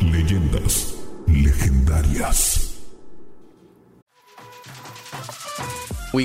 Leyendas Legendarias. We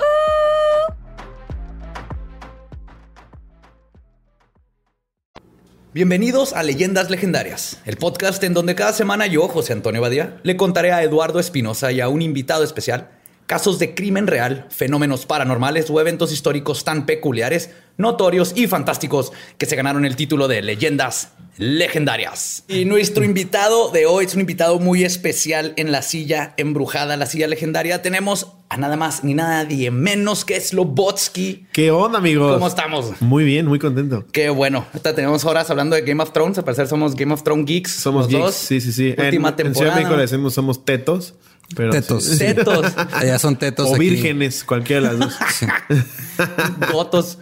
ooh. Bienvenidos a Leyendas Legendarias, el podcast en donde cada semana yo, José Antonio Badía, le contaré a Eduardo Espinosa y a un invitado especial casos de crimen real, fenómenos paranormales o eventos históricos tan peculiares, notorios y fantásticos que se ganaron el título de Leyendas Legendarias. Y nuestro invitado de hoy es un invitado muy especial en la silla embrujada, la silla legendaria. Tenemos a nada más ni nadie menos que Slobotsky. ¿Qué onda, amigos? ¿Cómo estamos? Muy bien, muy contento. Qué bueno. Ahorita tenemos horas hablando de Game of Thrones. Al parecer somos Game of Thrones geeks. Somos los geeks. dos. Sí, sí, sí. En- Última en, Ciudad temporada. de México le decimos somos tetos. Pero Tetos. sí. Tetos, Allá son O tetos. aquí. vírgenes, cualquiera de las dos. gotos.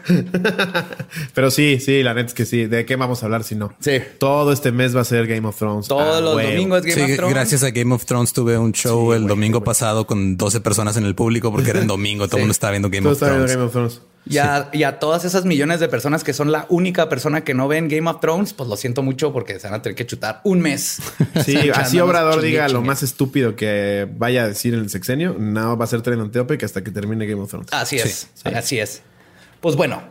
Pero sí, sí, la neta es que sí. ¿De qué vamos a hablar si no? Sí. Todo este mes va a ser Game of Thrones. Todos Ah, los huevo. domingos Game Sí, of Thrones. gracias a Game of Thrones tuve un show el domingo pasado con 12 personas en el público porque era en domingo, todo el mundo estaba viendo Game Todo of está viendo Thrones. Game of Thrones. Y a, y a todas esas millones de personas que son la única persona que no ven Game of Thrones, pues lo siento mucho porque se van a tener que chutar un mes. Sí, Escuchándonos así Obrador chingue, diga lo chingue. más estúpido que vaya a decir en el sexenio. No va a ser trending topic hasta que termine Game of Thrones. Así es, sí. así es. Pues bueno,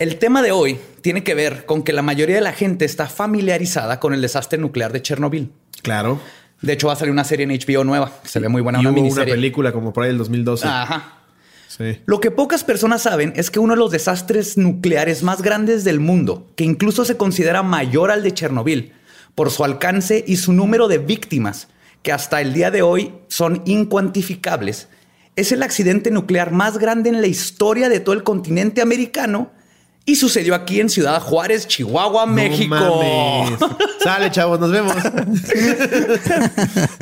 el tema de hoy tiene que ver con que la mayoría de la gente está familiarizada con el desastre nuclear de Chernobyl. Claro. De hecho, va a salir una serie en HBO nueva. que Se ve muy buena, y una hubo una miniserie. Ah. película como por ahí del 2012. Ajá. Sí. Lo que pocas personas saben es que uno de los desastres nucleares más grandes del mundo, que incluso se considera mayor al de Chernobyl, por su alcance y su número de víctimas, que hasta el día de hoy son incuantificables, es el accidente nuclear más grande en la historia de todo el continente americano y sucedió aquí en Ciudad Juárez, Chihuahua, No México. mames. Sale, chavos, nos vemos.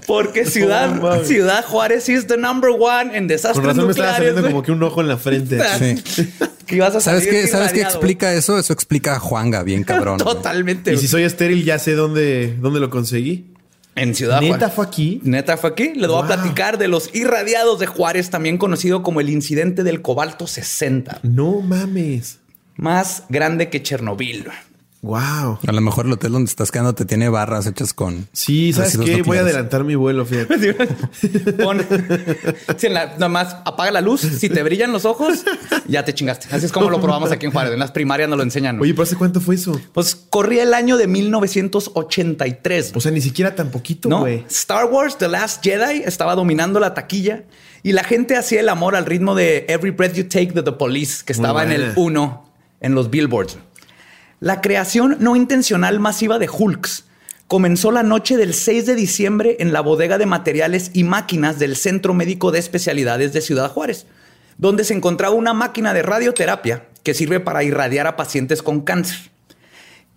Porque Ciudad, No mames. Ciudad Juárez is the number one en Con desastres razón me estaba nucleares. saliendo güey. como que un ojo en la frente. Sí. Que ibas a ¿Sabes salir qué? ¿Sabes qué irradiado, güey. explica eso? Eso explica a Juanga, bien cabrón. güey. Totalmente. Y si soy estéril, ya sé dónde, dónde lo conseguí. En Ciudad ¿Neta Juárez. fue aquí? Neta fue aquí. Le voy a Wow. platicar de los irradiados de Juárez, también conocido como el incidente del cobalto 60, No mames. más grande que Chernobyl. Wow. A lo mejor el hotel donde estás quedando te tiene barras hechas con. Sí, ¿sabes residuos qué? Voy a nucleares. adelantar mi vuelo, fíjate. Pon- si en la- nada más apaga la luz, si te brillan los ojos, ya te chingaste. Así es como lo probamos aquí en Juárez. En las primarias no lo enseñan. Oye, ¿pero hace cuánto fue eso? Pues corría el año de 1983. O sea, ni siquiera tan poquito, ¿no? güey. Star Wars The Last Jedi estaba dominando la taquilla y la gente hacía el amor al ritmo de Every Breath You Take de The Police, que Muy estaba en el buena. 1 en los billboards. La creación no intencional masiva de Hulks comenzó la noche del 6 de diciembre en la bodega de materiales y máquinas del Centro Médico de Especialidades de Ciudad Juárez, donde se encontraba una máquina de radioterapia que sirve para irradiar a pacientes con cáncer.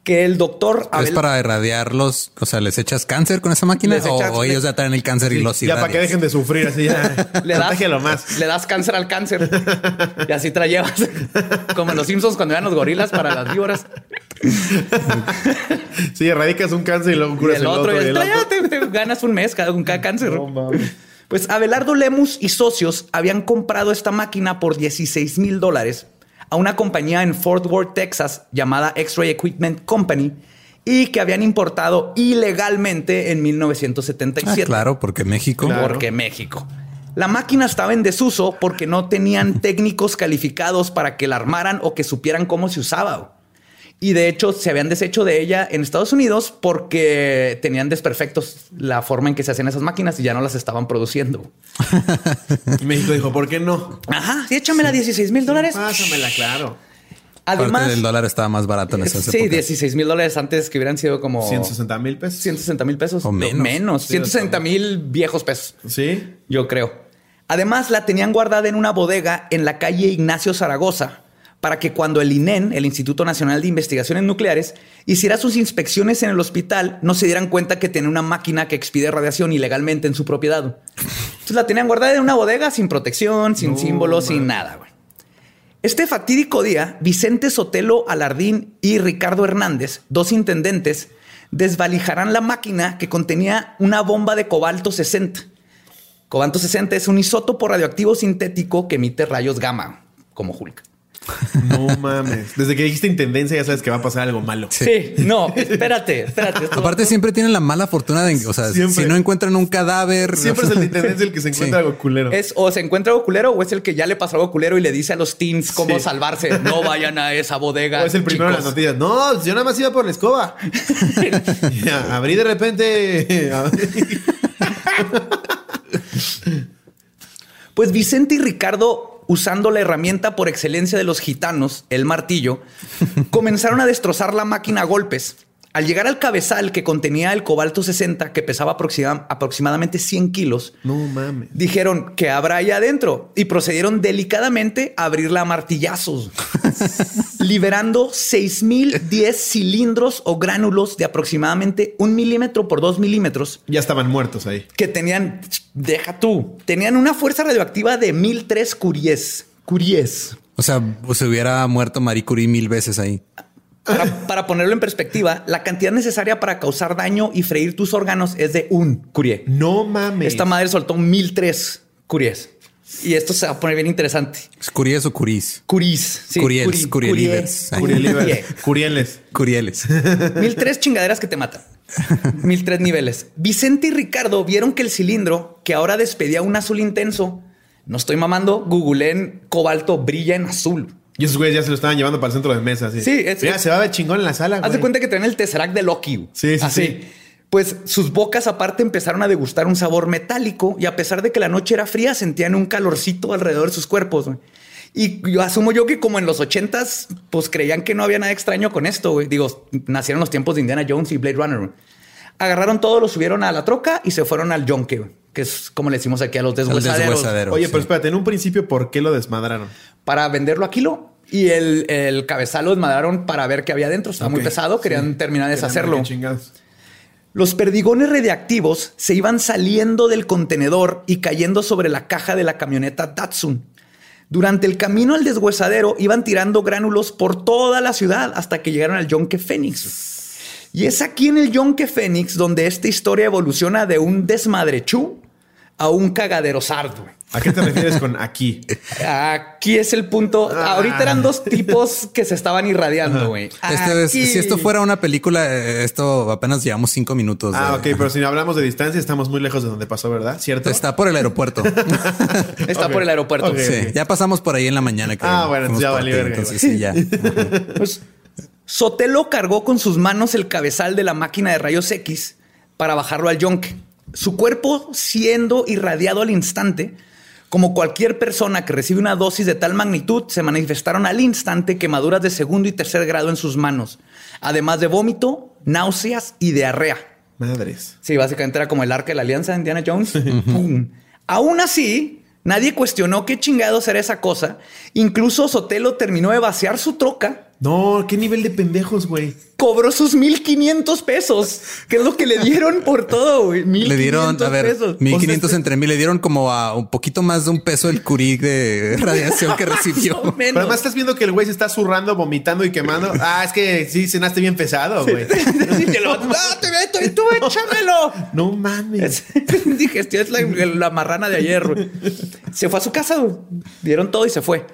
Que el doctor Es Abel- para irradiarlos. O sea, les echas cáncer con esa máquina Les o, echas- o ellos ya traen el cáncer y los ya para que irradias? dejen de sufrir, así ya. Le das, Contágialo más. le das cáncer al cáncer. Y así te la llevas. Como en los Simpsons cuando eran los gorilas para las víboras. Sí, erradicas un cáncer y luego Y curas el otro, y el otro, ya te- te ganas un mes cada, con cada cáncer. Pues Abelardo Lemus y socios habían comprado esta máquina por 16 mil dólares a una compañía en Fort Worth, Texas, llamada X-Ray Equipment Company, y que habían importado ilegalmente en Ah, 1977. claro, porque México. Claro. Porque México. La máquina estaba en desuso porque no tenían técnicos calificados para que la armaran o que supieran cómo se usaba. Y de hecho se habían deshecho de ella en Estados Unidos porque tenían desperfectos la forma en que se hacían esas máquinas y ya no las estaban produciendo. Y México dijo, ¿por qué no? Ajá, sí, échamela 16 mil dólares. Pásamela, claro. Parte Además, del dólar estaba más barato en esas sí, épocas. 16 mil dólares antes que hubieran sido como 160 mil pesos. 160 mil pesos. O menos. Sí, 160 mil viejos pesos, Sí. yo creo. Además, la tenían guardada en una bodega en la calle Ignacio Zaragoza para que cuando el INEN, el Instituto Nacional de Investigaciones Nucleares, hiciera sus inspecciones en el hospital, no se dieran cuenta que tenía una máquina que expide radiación ilegalmente en su propiedad. Entonces la tenían guardada en una bodega sin protección, sin símbolos, sin nada. güey. Este fatídico día, Vicente Sotelo Alardín y Ricardo Hernández, dos intendentes, desvalijarán la máquina que contenía una bomba de cobalto 60. Cobalto 60 es un isótopo radioactivo sintético que emite rayos gamma, como Hulk. No mames. Desde que dijiste intendencia ya sabes que va a pasar algo malo. Sí, no, espérate, espérate. esto- Aparte, siempre tienen la mala fortuna de. O sea, Siempre. si no encuentran un cadáver. Siempre es el de intendencia el que se encuentra Sí. algo culero. Es o se encuentra algo culero o es el que ya le pasó algo culero y le dice a los teens cómo Sí. salvarse. No vayan a esa bodega. O es el primero de las chicos. noticias. No, yo nada más iba por la escoba. Ya, Abrí de repente. Pues Vicente y Ricardo, usando la herramienta por excelencia de los gitanos, el martillo, comenzaron a destrozar la máquina a golpes. Al llegar al cabezal que contenía el cobalto 60, que pesaba aproxima- aproximadamente 100 kilos, No mames. dijeron que habrá ahí adentro y procedieron delicadamente a abrirla a martillazos, liberando 6010 cilindros o gránulos de aproximadamente un milímetro por dos milímetros Ya estaban muertos ahí. que tenían, deja tú, tenían una fuerza radioactiva de 1003 curies. Curies. O sea, se hubiera muerto Marie Curie mil veces ahí. Para, para ponerlo en perspectiva, la cantidad necesaria para causar daño y freír tus órganos es de un curie. No mames. Esta madre soltó 1003 curies. Y esto se va a poner bien interesante. ¿Es Curie o Curis? Curis. Sí, Curiels, curi- Curielivers. curie- Curieles. curie. Curieles. Curieles. Mil tres chingaderas que te matan. Mil tres niveles. Vicente y Ricardo vieron que el cilindro, que ahora despedía un azul intenso, no estoy mamando, googleen cobalto brilla en azul. Y esos güeyes ya se lo estaban llevando para el centro de mesa. Así. Sí, es- Mira, es- se va a ver chingón en la sala. Haz de güey. cuenta que traen el Tesseract de Loki. güey. Sí, sí, Así. sí. Pues sus bocas aparte empezaron a degustar un sabor metálico y a pesar de que la noche era fría, sentían un calorcito alrededor de sus cuerpos. güey. Y yo asumo yo que como en los ochentas, pues creían que no había nada extraño con esto. güey. Digo, nacieron los tiempos de Indiana Jones y Blade Runner. güey. Agarraron todo, lo subieron a la troca y se fueron al yonke, güey, que es como le decimos aquí a los deshuesaderos. deshuesadero. Oye, pero Sí. espérate, en un principio, ¿por qué lo desmadraron? para venderlo a kilo y el, el cabezal lo desmadraron para ver qué había dentro. Estaba muy Ok, pesado, querían terminar de deshacerlo. Qué chingados. Los perdigones radiactivos se iban saliendo del contenedor y cayendo sobre la caja de la camioneta Datsun. Durante el camino al deshuesadero iban tirando gránulos por toda la ciudad hasta que llegaron al Yonke Fénix. Y es aquí en el Yonke Fénix donde esta historia evoluciona de un desmadrechú a un cagadero sardo. ¿A qué te refieres con aquí? Aquí es el punto. Ah. Ahorita eran dos tipos que se estaban irradiando, güey. Este es- Aquí- si esto fuera una película, eh, esto apenas llevamos cinco minutos. Ah, de- ok, pero si hablamos de distancia, estamos muy lejos de donde pasó, ¿verdad? ¿Cierto? Está por el aeropuerto. Está Ok. por el aeropuerto. Ok. Sí, ya pasamos por ahí en la mañana. creo. Ah, bueno, Fuimos ya por valió ti, verga, Entonces sí, ya. Pues, Sotelo cargó con sus manos el cabezal de la máquina de rayos X para bajarlo al yonke. Su cuerpo siendo irradiado al instante, como cualquier persona que recibe una dosis de tal magnitud, se manifestaron al instante quemaduras de segundo y tercer grado en sus manos, además de vómito, náuseas y diarrea. Madres. Sí, básicamente era como el arca de la alianza de Indiana Jones. Pum. Aún así, nadie cuestionó qué chingados era esa cosa. Incluso Sotelo terminó de vaciar su troca, No, qué nivel de pendejos, güey. cobró sus 1500 pesos, que es lo que le dieron por todo, güey. Le dieron, a 1500 ver, pesos. 1500 entre mil. Le dieron como a un poquito más de un peso el curí de radiación que recibió. Más o menos. Pero además estás viendo que el güey se está zurrando, vomitando y quemando. Ah, es que sí cenaste bien pesado, güey. Sí, que lo- ¡Ah, te meto y tú échamelo! No mames. Es- Digestión es la, la marrana de ayer. güey. Se fue a su casa, güey. dieron todo y se fue.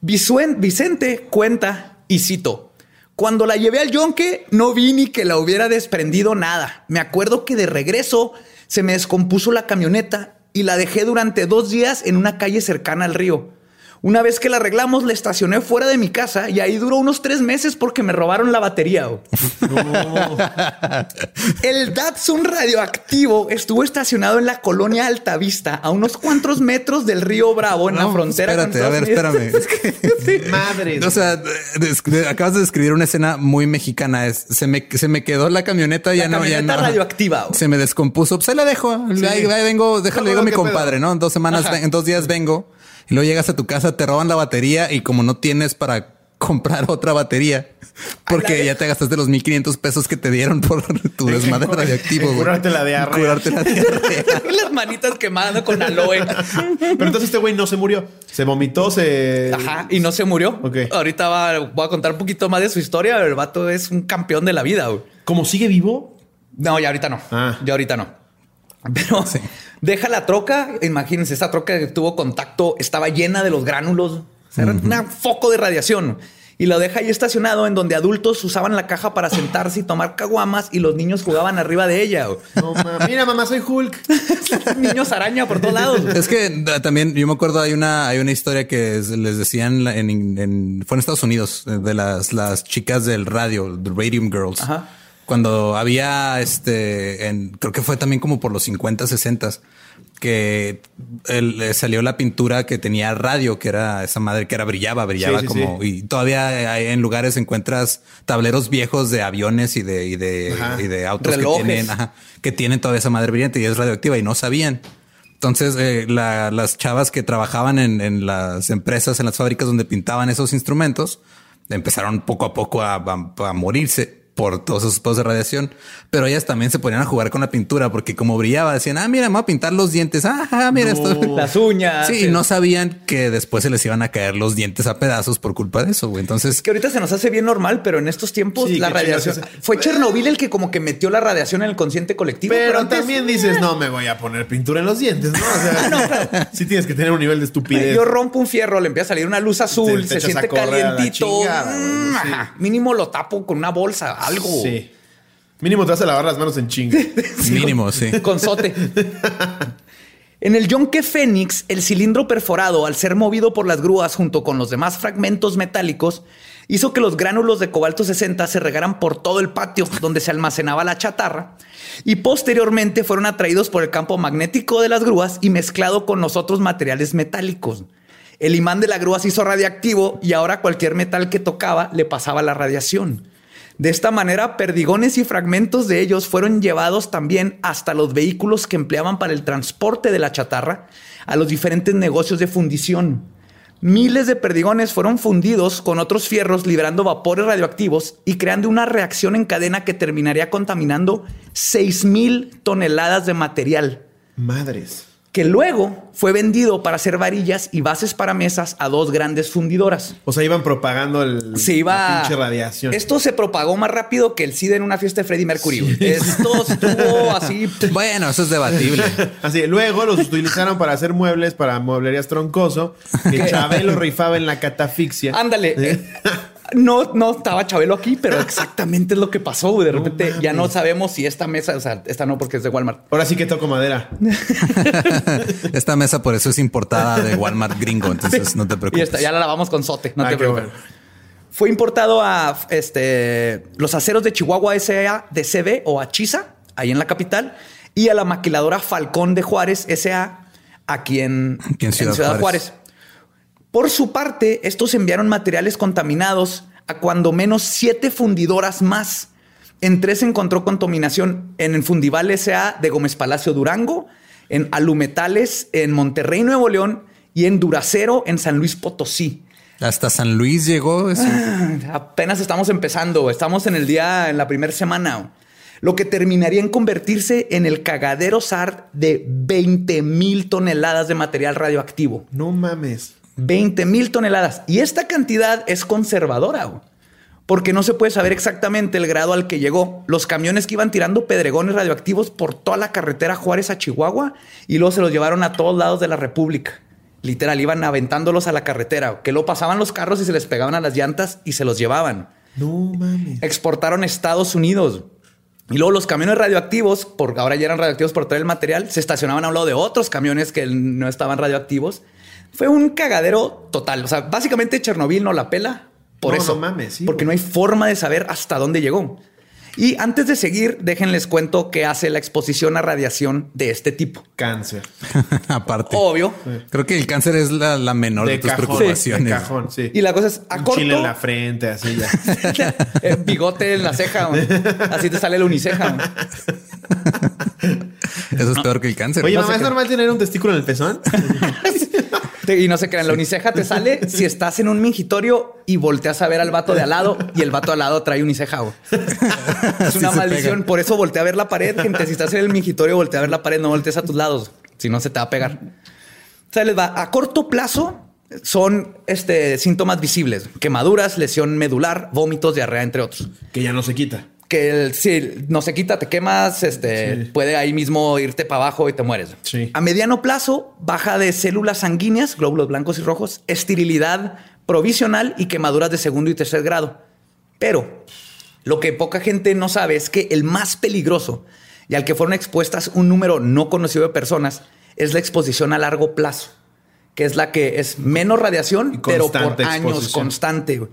Visuen- Vicente cuenta y cito. Cuando la llevé al yonque, no vi ni que la hubiera desprendido nada. Me acuerdo que de regreso se me descompuso la camioneta y la dejé durante dos días en una calle cercana al río. Una vez que la arreglamos, la estacioné fuera de mi casa y ahí duró unos tres meses porque me robaron la batería. güey. El Datsun radioactivo estuvo estacionado en la colonia Altavista, a unos cuantos metros del río Bravo, en la No, frontera. con Espérate, a ver, Estados espérame. Unidos. Es que- Madres. O sea, des- de- acabas de describir una escena muy mexicana. Es- se, me, se me quedó la camioneta, ya La no, ya camioneta no. radioactiva, güey. Se me descompuso. Pues ahí la dejo. Ahí, ahí vengo, déjale, No, digo no, a mi qué pedo. compadre, ¿no? En dos semanas, ven- en dos días vengo. Y luego llegas a tu casa, te roban la batería y como no tienes para comprar otra batería, porque ya te gastaste los 1500 pesos que te dieron por tu desmadre radioactivo. güey. curarte la diarrea. Curarte la diarrea. Las manitas quemadas con aloe. Pero entonces este güey no se murió. Se vomitó, se. Ajá, y no se murió. Ok. Ahorita va- voy a contar un poquito más de su historia. El vato es un campeón de la vida. güey. Como sigue vivo. No, ya ahorita no. Ah. Ya ahorita no. Pero deja la troca. Imagínense, esta troca que tuvo contacto estaba llena de los gránulos. O sea, era un foco de radiación. Y lo deja ahí estacionado en donde adultos usaban la caja para sentarse y tomar caguamas y los niños jugaban arriba de ella. güey. No, ma- Mira, mamá, soy Hulk. niños araña por todos lados. güey. Es que eh, también yo me acuerdo hay una hay una historia que es- les decían la- en, en- fue en Estados Unidos eh, de las las chicas del radio, the Radium Girls. Ajá. Cuando había este en creo que fue también como por los 50, 60 que el- eh, salió la pintura que tenía radio, que era esa madre que era brillaba, brillaba Sí, sí, como y todavía hay- en lugares encuentras tableros viejos de aviones y de y de, Ajá. y de autos Relojes. pues, que tienen, ajá, que tienen toda esa madre brillante y es radioactiva y no sabían. Entonces, eh, la- las chavas que trabajaban en, en las empresas, en las fábricas donde pintaban esos instrumentos, empezaron poco a poco a, a- a morirse por todos esos pedos de radiación. Pero ellas también se ponían a jugar con la pintura porque como brillaba, decían, ah, mira, me voy a pintar los dientes. Ah, ah, mira esto. Las uñas. Sí, y no sabían que después se les iban a caer los dientes a pedazos por culpa de eso, güey. Entonces, Es que ahorita se nos hace bien normal, pero en estos tiempos Sí, la qué radiación. chingados es. Fue Chernobyl el que como que metió la radiación en el consciente colectivo. Pero antes- también dices, no me voy a poner pintura en los dientes, ¿no? O sea, sí tienes que tener un nivel de estupidez. Yo rompo un fierro, le empieza a salir una luz azul, Te- te se echas a siente correr a la calientito. chingada, Mm, güey, sí. ajá. Mínimo lo tapo con una bolsa, algo. Sí. Mínimo te vas a lavar las manos en chinga. mínimo, sí. Con sote. En el Yonke Fénix, el cilindro perforado, al ser movido por las grúas junto con los demás fragmentos metálicos, hizo que los gránulos de cobalto 60 se regaran por todo el patio donde se almacenaba la chatarra y posteriormente fueron atraídos por el campo magnético de las grúas y mezclado con los otros materiales metálicos. El imán de la grúa se hizo radiactivo y ahora cualquier metal que tocaba le pasaba la radiación. De esta manera, perdigones y fragmentos de ellos fueron llevados también hasta los vehículos que empleaban para el transporte de la chatarra a los diferentes negocios de fundición. Miles de perdigones fueron fundidos con otros fierros liberando vapores radioactivos y creando una reacción en cadena que terminaría contaminando 6.000 toneladas de material, Madres. que luego fue vendido para hacer varillas y bases para mesas a dos grandes fundidoras O sea, iban propagando el, se iba. la pinche radiación. Esto se propagó más rápido que el SIDA en una fiesta de Freddie Mercury. güey. Esto estuvo así. Bueno, eso es debatible. Así, luego los utilizaron para hacer muebles, para mueblerías troncoso, que Chabelo rifaba en la catafixia. Ándale. eh, No, no estaba Chabelo aquí, pero exactamente es lo que pasó. güey. De repente ya no sabemos si esta mesa, o sea, esta no porque es de Walmart. Ahora sí que toco madera. Esta mesa por eso es importada de Walmart gringo, entonces no te Y preocupes. esta, ya la lavamos con sote. No Ah, te qué preocupes. bueno. Fue importado a este, los aceros de Chihuahua S.A. de CB o a Chisa, ahí en la capital, y a la maquiladora Falcón de Juárez S.A. aquí en, Aquí en Ciudad Juárez. Por su parte, estos enviaron materiales contaminados a cuando menos siete fundidoras más. En tres se encontró contaminación en el Fundival S.A. de Gómez Palacio Durango, en Alumetales en Monterrey, Nuevo León, y en Duracero en San Luis Potosí. Hasta San Luis llegó. eso. Apenas estamos empezando, estamos en el día, en la primera semana, lo que terminaría en convertirse en el cagadero SAR de 20 mil toneladas de material radioactivo. No mames. 20 mil toneladas. Y esta cantidad es conservadora, güey, porque no se puede saber exactamente el grado al que llegó. Los camiones que iban tirando pedregones radioactivos por toda la carretera Juárez a Chihuahua y luego se los llevaron a todos lados de la República. Literal, iban aventándolos a la carretera, güey, que lo pasaban los carros y se les pegaban a las llantas y se los llevaban No mames. exportaron a Estados Unidos. Y luego los camiones radioactivos, porque ahora ya eran radioactivos por traer el material, se estacionaban a un lado de otros camiones que no estaban radioactivos. Fue un cagadero total. O sea, básicamente Chernobyl no la pela por No, eso. no mames, sí, porque no hay forma de saber hasta dónde llegó. Y antes de seguir, déjenles cuento qué hace la exposición a radiación de este tipo. Cáncer. Aparte. Obvio. Creo que el cáncer es la, la menor de, De tus cajón. preocupaciones. De cajón, sí. Y la cosa es a Un corto, chile en la frente, así ya. eh, bigote en la ceja. güey. Así te sale la uniceja. güey. Eso es peor que el cáncer. Oye, No mamá, sé ¿es qué- normal tener un testículo en el pezón? Te- y no se crean, la uniceja te sale si estás en un mingitorio y volteas a ver al vato de al lado y el vato al lado trae uniceja. güey. Es Sí una se maldición. pegan. Por eso voltea a ver la pared, gente. Si estás en el mingitorio, voltea a ver la pared, no voltees a tus lados. Si no, se te va a pegar. O sea, les va a corto plazo. Son este, síntomas visibles, quemaduras, lesión medular, vómitos, diarrea, entre otros. que ya no se quita. Que el- si no se quita, te quemas, este, Sí. puede ahí mismo irte para abajo y te mueres. Sí. A mediano plazo, baja de células sanguíneas, glóbulos blancos y rojos, esterilidad provisional y quemaduras de segundo y tercer grado. Pero lo que poca gente no sabe es que el más peligroso y al que fueron expuestas un número no conocido de personas es la exposición a largo plazo, que es la que es menos radiación, Y pero por constante años exposición. constante. güey.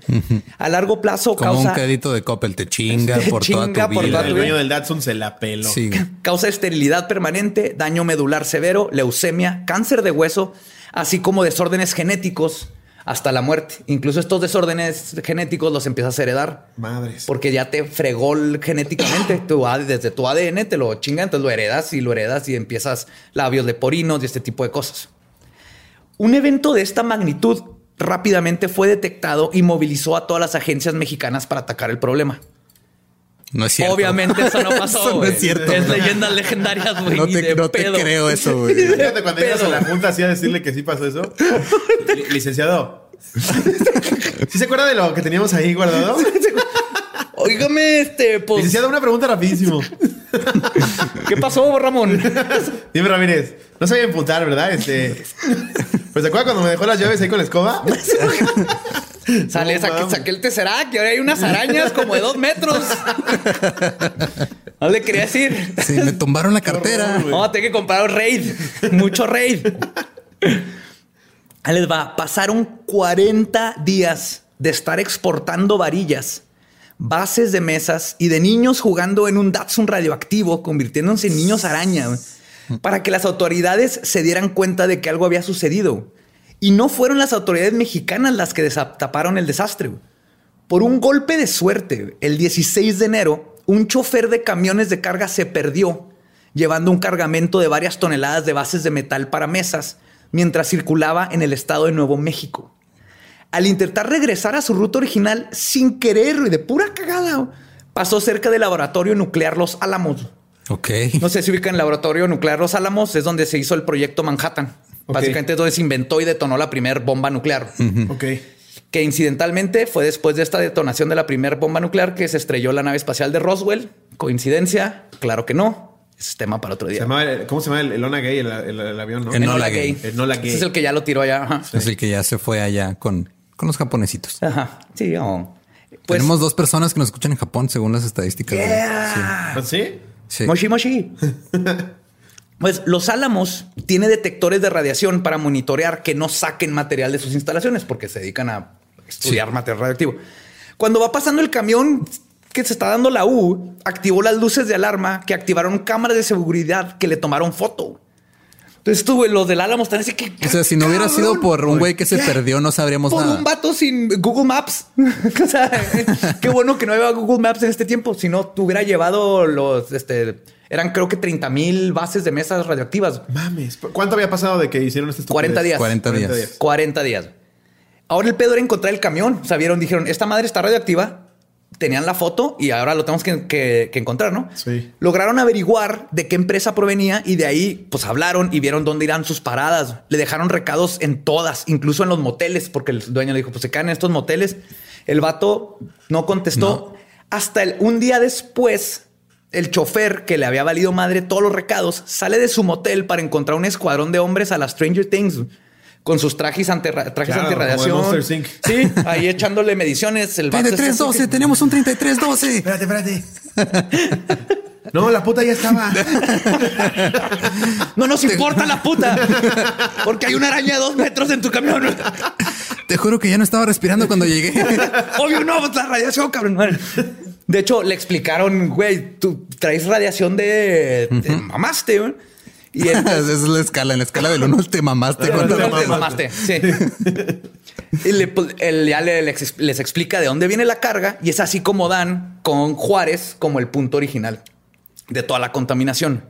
A largo plazo Como causa un crédito de Coppel te chinga Te por chinga toda tu por vida. toda El tu güey. dueño del Datsun se la peló. Sí. Causa esterilidad permanente, daño medular severo, leucemia, cáncer de hueso, así como desórdenes genéticos hasta la muerte. Incluso estos desórdenes genéticos los empiezas a heredar Madres. porque ya te fregó el- genéticamente. tu A- desde tu ADN te lo chinga, entonces lo heredas y lo heredas y empiezas labios leporinos y este tipo de cosas. Un evento de esta magnitud rápidamente fue detectado y movilizó a todas las agencias mexicanas para atacar el problema. No es cierto. Obviamente eso no pasó. Eso no güey. es cierto. leyendas legendarias, güey. No ni te, de no te pedo. creo eso, güey. Fíjate cuando llegas a Pero- la junta así a decirle que sí pasó eso. Li- Licenciado. ¿Sí se acuerda de lo que teníamos ahí guardado? Óigame, este, pues. Licenciado, una pregunta rapidísimo. ¿Qué pasó, Ramón? Dime, Ramírez, no sabía imputar, ¿verdad? Este. Pues se acuerda cuando me dejó las llaves ahí con la escoba. Sale, No, saqué, mames. saqué el tesseract y ahora hay unas arañas como de dos metros. No le quería decir. Sí, me tumbaron la cartera. güey. No, tengo que comprar raid. Mucho raid. Ahí les va. Pasaron 40 días de estar exportando varillas, bases de mesas y de niños jugando en un Datsun radioactivo, convirtiéndose en niños araña, güey, para que las autoridades se dieran cuenta de que algo había sucedido. Y no fueron las autoridades mexicanas las que desa- taparon el desastre. güey. Por un golpe de suerte, el 16 de enero, un chofer de camiones de carga se perdió llevando un cargamento de varias toneladas de bases de metal para mesas mientras circulaba en el estado de Nuevo México. Al intentar regresar a su ruta original, sin querer y de pura cagada, pasó cerca del laboratorio nuclear Los Álamos. Ok. No sé si ubican el laboratorio nuclear Los Álamos, es donde se hizo el proyecto Manhattan. Ok. Básicamente es donde se inventó y detonó la primera bomba nuclear Ok. que incidentalmente fue después de esta detonación de la primera bomba nuclear que se estrelló la nave espacial de Roswell. ¿Coincidencia? Claro que no. Ese es tema para otro Se día. llamaba el- ¿Cómo se llama el, el Ona Gay, el, el- el avión, no? El Enola Enola Gay. El Enola Gay. Ese es el que ya lo tiró allá. Ajá. Es el que ya se fue allá con, con los japonesitos. Ajá. Sí, oh. Pues, Tenemos dos personas que nos escuchan en Japón, según las estadísticas. güey. yeah. ¿Ah, ¿Sí? Sí. Sí. Moshi Moshi. Pues Los Álamos tiene detectores de radiación para monitorear que no saquen material de sus instalaciones porque se dedican a estudiar material radioactivo. Cuando va pasando el camión que se está dando la U, activó las luces de alarma que activaron cámaras de seguridad que le tomaron foto. Entonces tú, güey, los del Álamos están así que... O sea, si no hubiera sido por un güey que se perdió, no sabríamos Por nada. un vato sin Google Maps. O sea, qué bueno que no había Google Maps en este tiempo. Si no, te hubiera llevado los, este, eran creo que 30 mil bases de mesas radioactivas. Mames. ¿Cuánto había pasado de que hicieron este 40 días. 40 días. 40 días. Ahora el pedo era encontrar el camión. Sabieron, dijeron, esta madre está radioactiva. Tenían la foto y ahora lo tenemos que, que- que encontrar, ¿no? Sí. Lograron averiguar de qué empresa provenía y de ahí, pues hablaron y vieron dónde irán sus paradas. Le dejaron recados en todas, incluso en los moteles, porque el dueño le dijo, pues se quedan en estos moteles. El vato no contestó. Hasta el- un día después, el chofer que le había valido madre todos los recados sale de su motel para encontrar un escuadrón de hombres a la Stranger Things con sus trajes, anti trajes Claro, antirradiación. como de Monsters, Inc. Sí, ahí echándole mediciones. El vato está así que- 3312, tenemos un 3312. Espérate, espérate. No, la puta ya estaba. No nos importa la puta, porque hay una araña de dos metros en tu camión. Te juro que ya no estaba respirando cuando llegué. Obvio, no, pues, la radiación, cabrón. De hecho, le explicaron, güey, tú traes radiación de. te mamaste, güey. Y él, Esa es la escala. En la escala del 1 te mamaste. Te ¿Cuántas mamaste, veces? mamaste, sí. Y le- pues, él ya le- les, les explica de dónde viene la carga y es así como dan con Juárez como el punto original de toda la contaminación.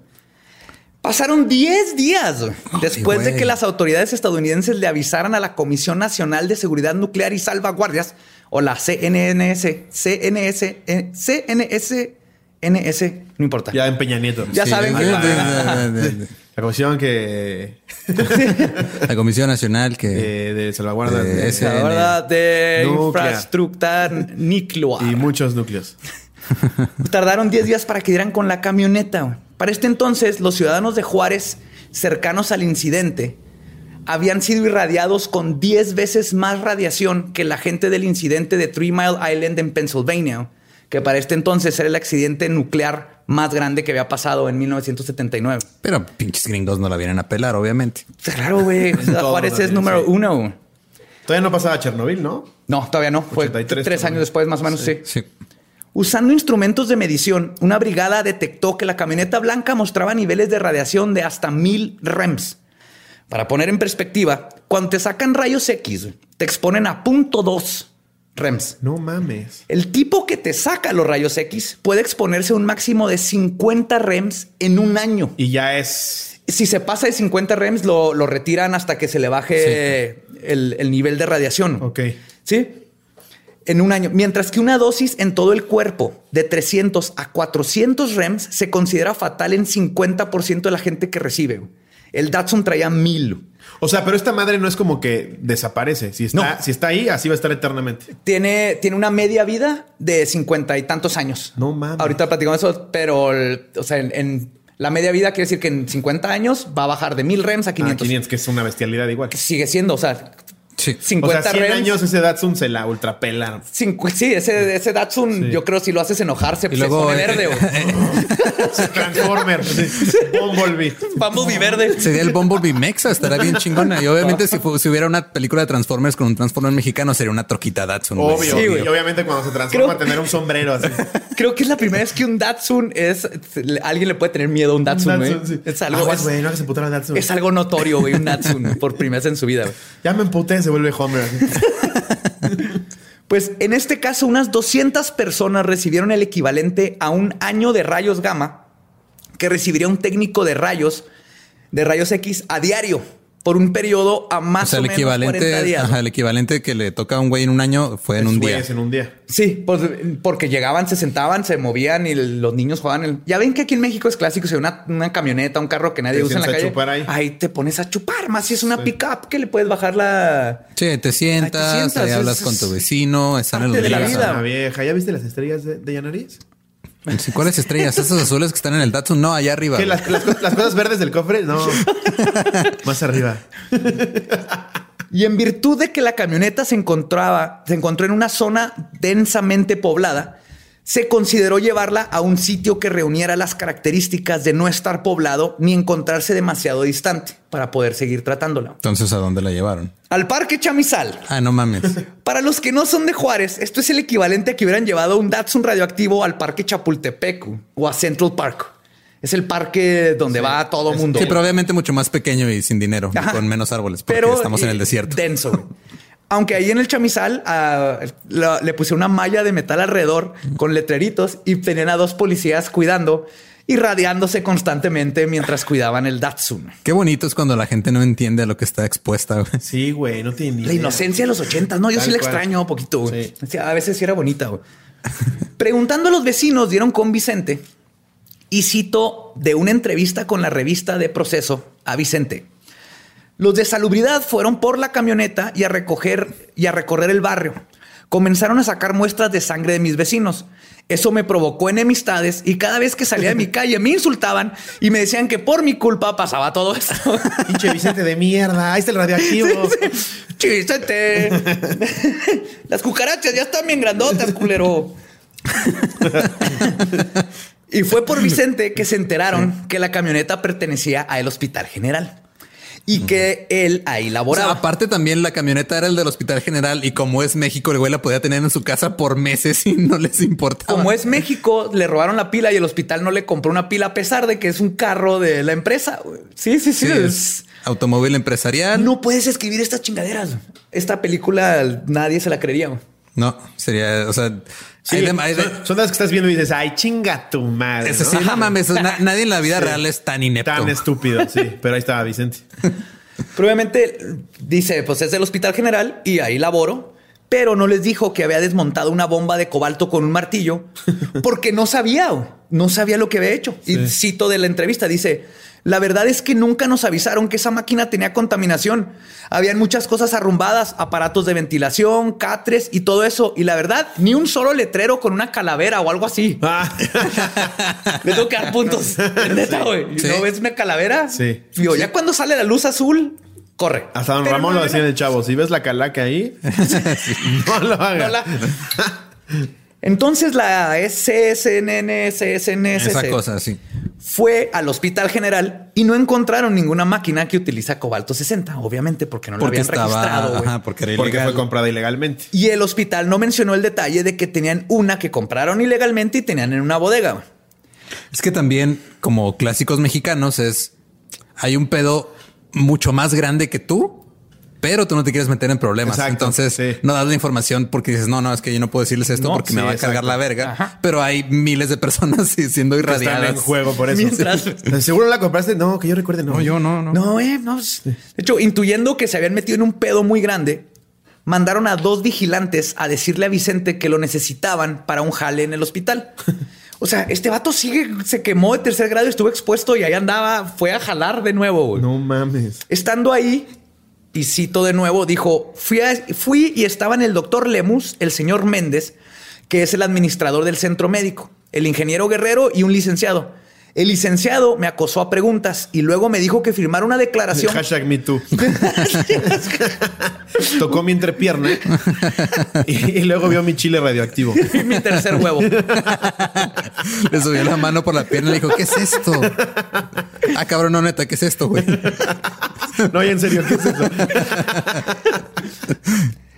Pasaron 10 días güey, después de güey. que las autoridades estadounidenses le avisaran a la Comisión Nacional de Seguridad Nuclear y Salvaguardias o la CNNS, CNS, eh, CNS, NS, no importa. ya en Peña Nieto. Ya Sí, saben de- que- de- de- de- de- La comisión que. La Comisión Nacional que eh, de salvaguarda. Eh, ese- La CN. verdad de Nuclear. infraestructura nuclear. Y muchos núcleos. Tardaron 10 días para que dieran con la camioneta. güey. Para este entonces, los ciudadanos de Juárez cercanos al incidente habían sido irradiados con 10 veces más radiación que la gente del incidente de Three Mile Island en Pennsylvania, güey, que para este entonces era el accidente nuclear más grande que había pasado en 1979. Pero pinches gringos no la vienen a pelar, obviamente. Claro, güey. o sea, Todo Juárez es también, número sí. uno. güey. Todavía no pasaba Chernobyl, ¿no? No, todavía no. Fue 83 tres también. años después, más o menos, sí. Sí. Usando instrumentos de medición, una brigada detectó que la camioneta blanca mostraba niveles de radiación de hasta 1000 rems. Para poner en perspectiva, cuando te sacan rayos X, te exponen a 0.2 rems. No mames. El tipo que te saca los rayos X puede exponerse a un máximo de 50 rems en un año. Y ya es. Si se pasa de 50 rems, lo, lo retiran hasta que se le baje el, el nivel de radiación. Ok. ¿Sí? En un año. Mientras que una dosis en todo el cuerpo de 300 a 400 REMs se considera fatal en 50% de la gente que recibe. güey. El Datsun traía mil. O sea, pero esta madre no es como que desaparece. Si está, No. si está ahí, así va a estar eternamente. Ah, Tiene, tiene una media vida de 50 y tantos años. No mames. Ahorita platicamos eso, pero el- o sea, en, en la media vida quiere decir que en 50 años va a bajar de mil REMs a 500. Ah, 500, que es una bestialidad igual. Sigue siendo, o sea, Sí. 50 o sea, 100 REMs. años ese Datsun se la ultrapelaron. cincu- sí, ese, ese Datsun, yo creo si lo haces enojarse, pues luego, se pone eh, verde. güey. Transformer. sí. Bumblevee. Bumblebee verde. Sería el Bumblebee Mexa, estaría bien chingona. Y obviamente, si, fu- si hubiera una película de Transformers con un Transformer mexicano, sería una troquita Datsun. güey. Obvio. Sí, güey. y obviamente cuando se transforma Creo- a tener un sombrero así. Creo que es la primera vez que un Datsun es. le- Alguien le puede tener miedo a un Datsun, güey. sí. Es algo. Aguas, es- güey, no hagas emputar al Datsun. es algo notorio, güey, un Datsun por primera vez en su vida. güey. Ya me emputé, se vuelve Homer. así. Pues en este caso, unas 200 personas recibieron el equivalente a un año de rayos gamma que recibiría un técnico de rayos, de rayos X a diario por un periodo a O más sea, o, el menos 40 equivalente, días. ajá, el equivalente que le toca a un güey en un año fue en un Güey, día. es en un día. Sí, pues porque llegaban, se sentaban, se movían y los niños jugaban. el- Ya ven que aquí en México es clásico, si una, una camioneta, un carro que nadie Te usa en la sientas a calle, chupar ahí. te pones a chupar, más si es una pick-up que le puedes bajar la... Sí, te sientas, Ay, te sientas, ahí hablas es- con tu vecino, están en parte los de la días. vida. Una vieja. ¿Ya viste las estrellas de, de Yanariz? Sí, ¿Cuáles estrellas? Esas azules que están en el Datsun, no, allá arriba. ¿Qué? Las, las co- las cosas verdes del cofre? No. Más arriba. Y en virtud de que la camioneta se encontraba, se encontró en una zona densamente poblada, se consideró llevarla a un sitio que reuniera las características de no estar poblado ni encontrarse demasiado distante para poder seguir tratándola. Entonces, ¿a dónde la llevaron? Al parque Chamizal. Ah, no mames. Para los que no son de Juárez, esto es el equivalente a que hubieran llevado un Datsun radioactivo al Parque Chapultepec o a Central Park. Es el parque donde va todo mundo. Sí, pero obviamente mucho más pequeño y sin dinero, y Ajá. con menos árboles, porque Pero, estamos en eh, el desierto. Denso. güey. Aunque ahí en el chamizal ah, la- le puse una malla de metal alrededor con letreritos y tenían a dos policías cuidando y radiándose constantemente mientras cuidaban el Datsun. Qué bonito es cuando la gente no entiende a lo que está expuesta. güey. Sí, güey, no tiene ni La idea. inocencia de los ochentas. No, yo Tal sí la cual. extraño un poquito. güey. Sí. Sí, A veces sí era bonita. güey. Preguntando a los vecinos, dieron con Vicente y cito de una entrevista con la revista de proceso a Vicente. Los de salubridad fueron por la camioneta y a recoger y a recorrer el barrio. Comenzaron a sacar muestras de sangre de mis vecinos. Eso me provocó enemistades y cada vez que salía de mi calle me insultaban y me decían que por mi culpa pasaba todo esto. Pinche Vicente de mierda. Ahí está el radioactivo. Chistete. Las cucarachas ya están bien grandotas, culero. Y fue por Vicente que se enteraron que la camioneta pertenecía al Hospital General y que él ahí O sea, laboraba. aparte también la camioneta era el del Hospital General y como es México, el güey la podía tener en su casa por meses y no les importaba. Como es México, le robaron la pila y el hospital no le compró una pila a pesar de que es un carro de la empresa. güey. Sí, sí, sí. Sí, es- es automóvil empresarial. No. No puedes escribir estas chingaderas. güey. Esta película nadie se la creería. güey. sería, o sea, Sí, hay de- hay de- son, son las que estás viendo y dices, ay, chinga tu madre. es ¿no? decir, no mames, na- nadie en la vida real es tan inepto. Tan estúpido, sí. Pero ahí estaba Vicente. Probablemente dice, pues es del hospital general y ahí laboro, pero no les dijo que había desmontado una bomba de cobalto con un martillo porque no sabía, güey. no sabía lo que había hecho. Y cito de la entrevista, dice, la verdad es que nunca nos avisaron que esa máquina tenía contaminación. Habían muchas cosas arrumbadas, aparatos de ventilación, catres y todo eso. Y la verdad, ni un solo letrero con una calavera o algo así. Ah, Le tengo que dar puntos. Neta, güey. Sí. ¿No ves una calavera? Sí. Digo, ya cuando sale la luz azul, corre. hasta don Pero Ramón no lo era- decía en el chavo. Si ves la calaca ahí, no lo hagas. no la- Entonces la SSNN, Esa SSNSC cosa, sí. fue al Hospital General y no encontraron ninguna máquina que utiliza cobalto 60, obviamente porque no lo Porque habían estaba, registrado. güey. ajá, porque era Porque ilegal. fue comprada ilegalmente. Y el hospital no mencionó el detalle de que tenían una que compraron ilegalmente y tenían en una bodega. güey. Es que también, como clásicos mexicanos, es hay un pedo mucho más grande que tú, pero tú no te quieres meter en problemas. Exacto, Entonces sí. no das la información porque dices, no, no, es que yo no puedo decirles esto No, porque sí, me va a cargar exacto. la verga. Pero hay miles de personas sí, siendo Que Están en irradiadas. juego por eso. Mientras- ¿Seguro la compraste? No, que yo recuerde, no. No, yo no, no. No, eh, no. pues, De hecho, intuyendo que se habían metido en un pedo muy grande, mandaron a dos vigilantes a decirle a Vicente que lo necesitaban para un jale en el hospital. O sea, este vato sigue, se quemó de tercer grado, estuvo expuesto y ahí andaba, fue a jalar de nuevo. güey. No mames. Estando ahí, y cito de nuevo, dijo, fui, a- fui y estaban el doctor Lemus, el señor Méndez, que es el administrador del centro médico, el ingeniero Guerrero y un licenciado. El licenciado me acosó a preguntas y luego me dijo que firmara una declaración. Hashtag me too. Tocó mi entrepierna y, y luego vio mi chile radioactivo. mi tercer huevo. Le subió la mano por la pierna y le dijo, ¿qué es esto? Ah, cabrón, no, neta, ¿qué es esto, güey? No, y en serio, ¿qué es eso?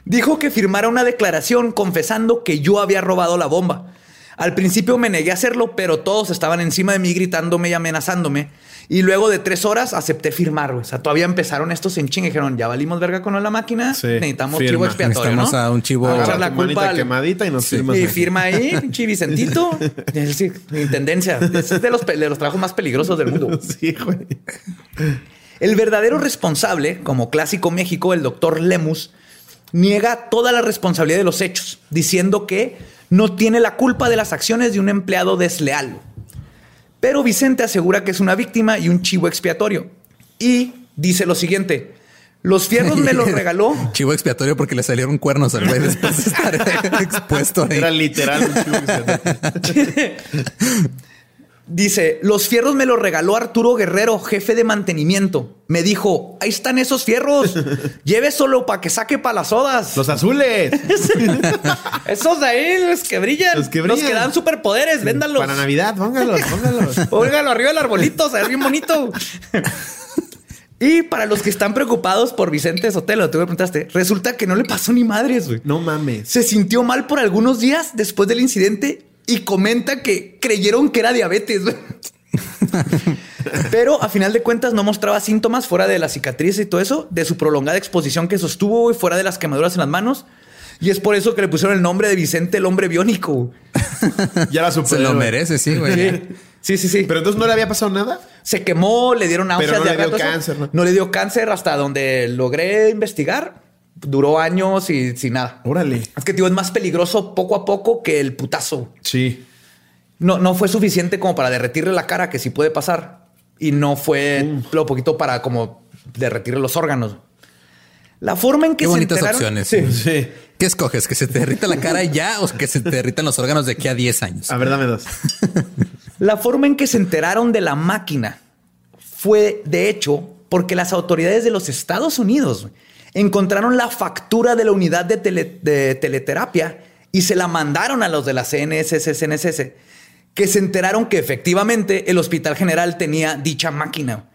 Dijo que firmara una declaración confesando que yo había robado la bomba. Al principio me negué a hacerlo, pero todos estaban encima de mí gritándome y amenazándome. Y luego de tres horas acepté firmar. güey. O sea, todavía empezaron estos en ching. y Dijeron, ya valimos verga con la máquina. Sí, Necesitamos firma. chivo expiatorio, Necesitamos ¿no? a un chivo- Agarra Agarra la tu culpa manita al- quemadita y nos Sí. firmas. Y aquí. firma ahí, pinche Vicentito. Es decir, Intendencia. Es de los, pe- de los trabajos más peligrosos del mundo. Sí, güey. El verdadero responsable, como clásico México, el doctor Lemus, niega toda la responsabilidad de los hechos, diciendo que no tiene la culpa de las acciones de un empleado desleal. Pero Vicente asegura que es una víctima y un chivo expiatorio. Y dice lo siguiente, los fierros Pues me los regaló. Chivo expiatorio porque le salieron cuernos al güey después de estar expuesto ahí. Era literal. un chivo que se- Dice, los fierros me los regaló Arturo Guerrero, jefe de mantenimiento. Me dijo, ahí están esos fierros, lleve solo para que saque para las sodas. Los azules. Esos de ahí, los que brillan. Los que, brillan. dan superpoderes, véndalos. Para Navidad, póngalos, póngalos. Póngalo arriba del arbolito, se ve bien bonito. y para los que están preocupados por Vicente Sotelo, tú me preguntaste, resulta que no le pasó ni madres, güey. No mames. Se sintió mal por algunos días después del incidente y comenta que creyeron que era diabetes, güey. Pero a final de cuentas no mostraba síntomas fuera de la cicatriz y todo eso, de su prolongada exposición que sostuvo y fuera de las quemaduras en las manos. Y es por eso que le pusieron el nombre de Vicente el hombre biónico. güey. Ya la superé. Se lo merece, sí, güey. Sí, sí, sí. Pero entonces no le había pasado nada. se quemó, le dieron náuseas. Pero no le diarrea, dio todo eso. cáncer, ¿no? le dio cáncer hasta donde logré investigar. Duró años y sin nada. Órale. Es que, tío, es más peligroso poco a poco que el putazo. Sí. No, no fue suficiente como para derretirle la cara, que sí puede pasar. Y no fue lo poquito para como derretirle los órganos. La forma en que Qué se bonitas enteraron- opciones. Sí. Sí. ¿Qué escoges? ¿Que se te derrita la cara ya o que se te derritan los órganos de aquí a 10 años? A ver, dame dos. La forma en que se enteraron de la máquina fue, de hecho, porque las autoridades de los Estados Unidos encontraron la factura de la unidad de, tele- de teleterapia y se la mandaron a los de la CNSS, CNSS, que se enteraron que efectivamente el Hospital General tenía dicha máquina.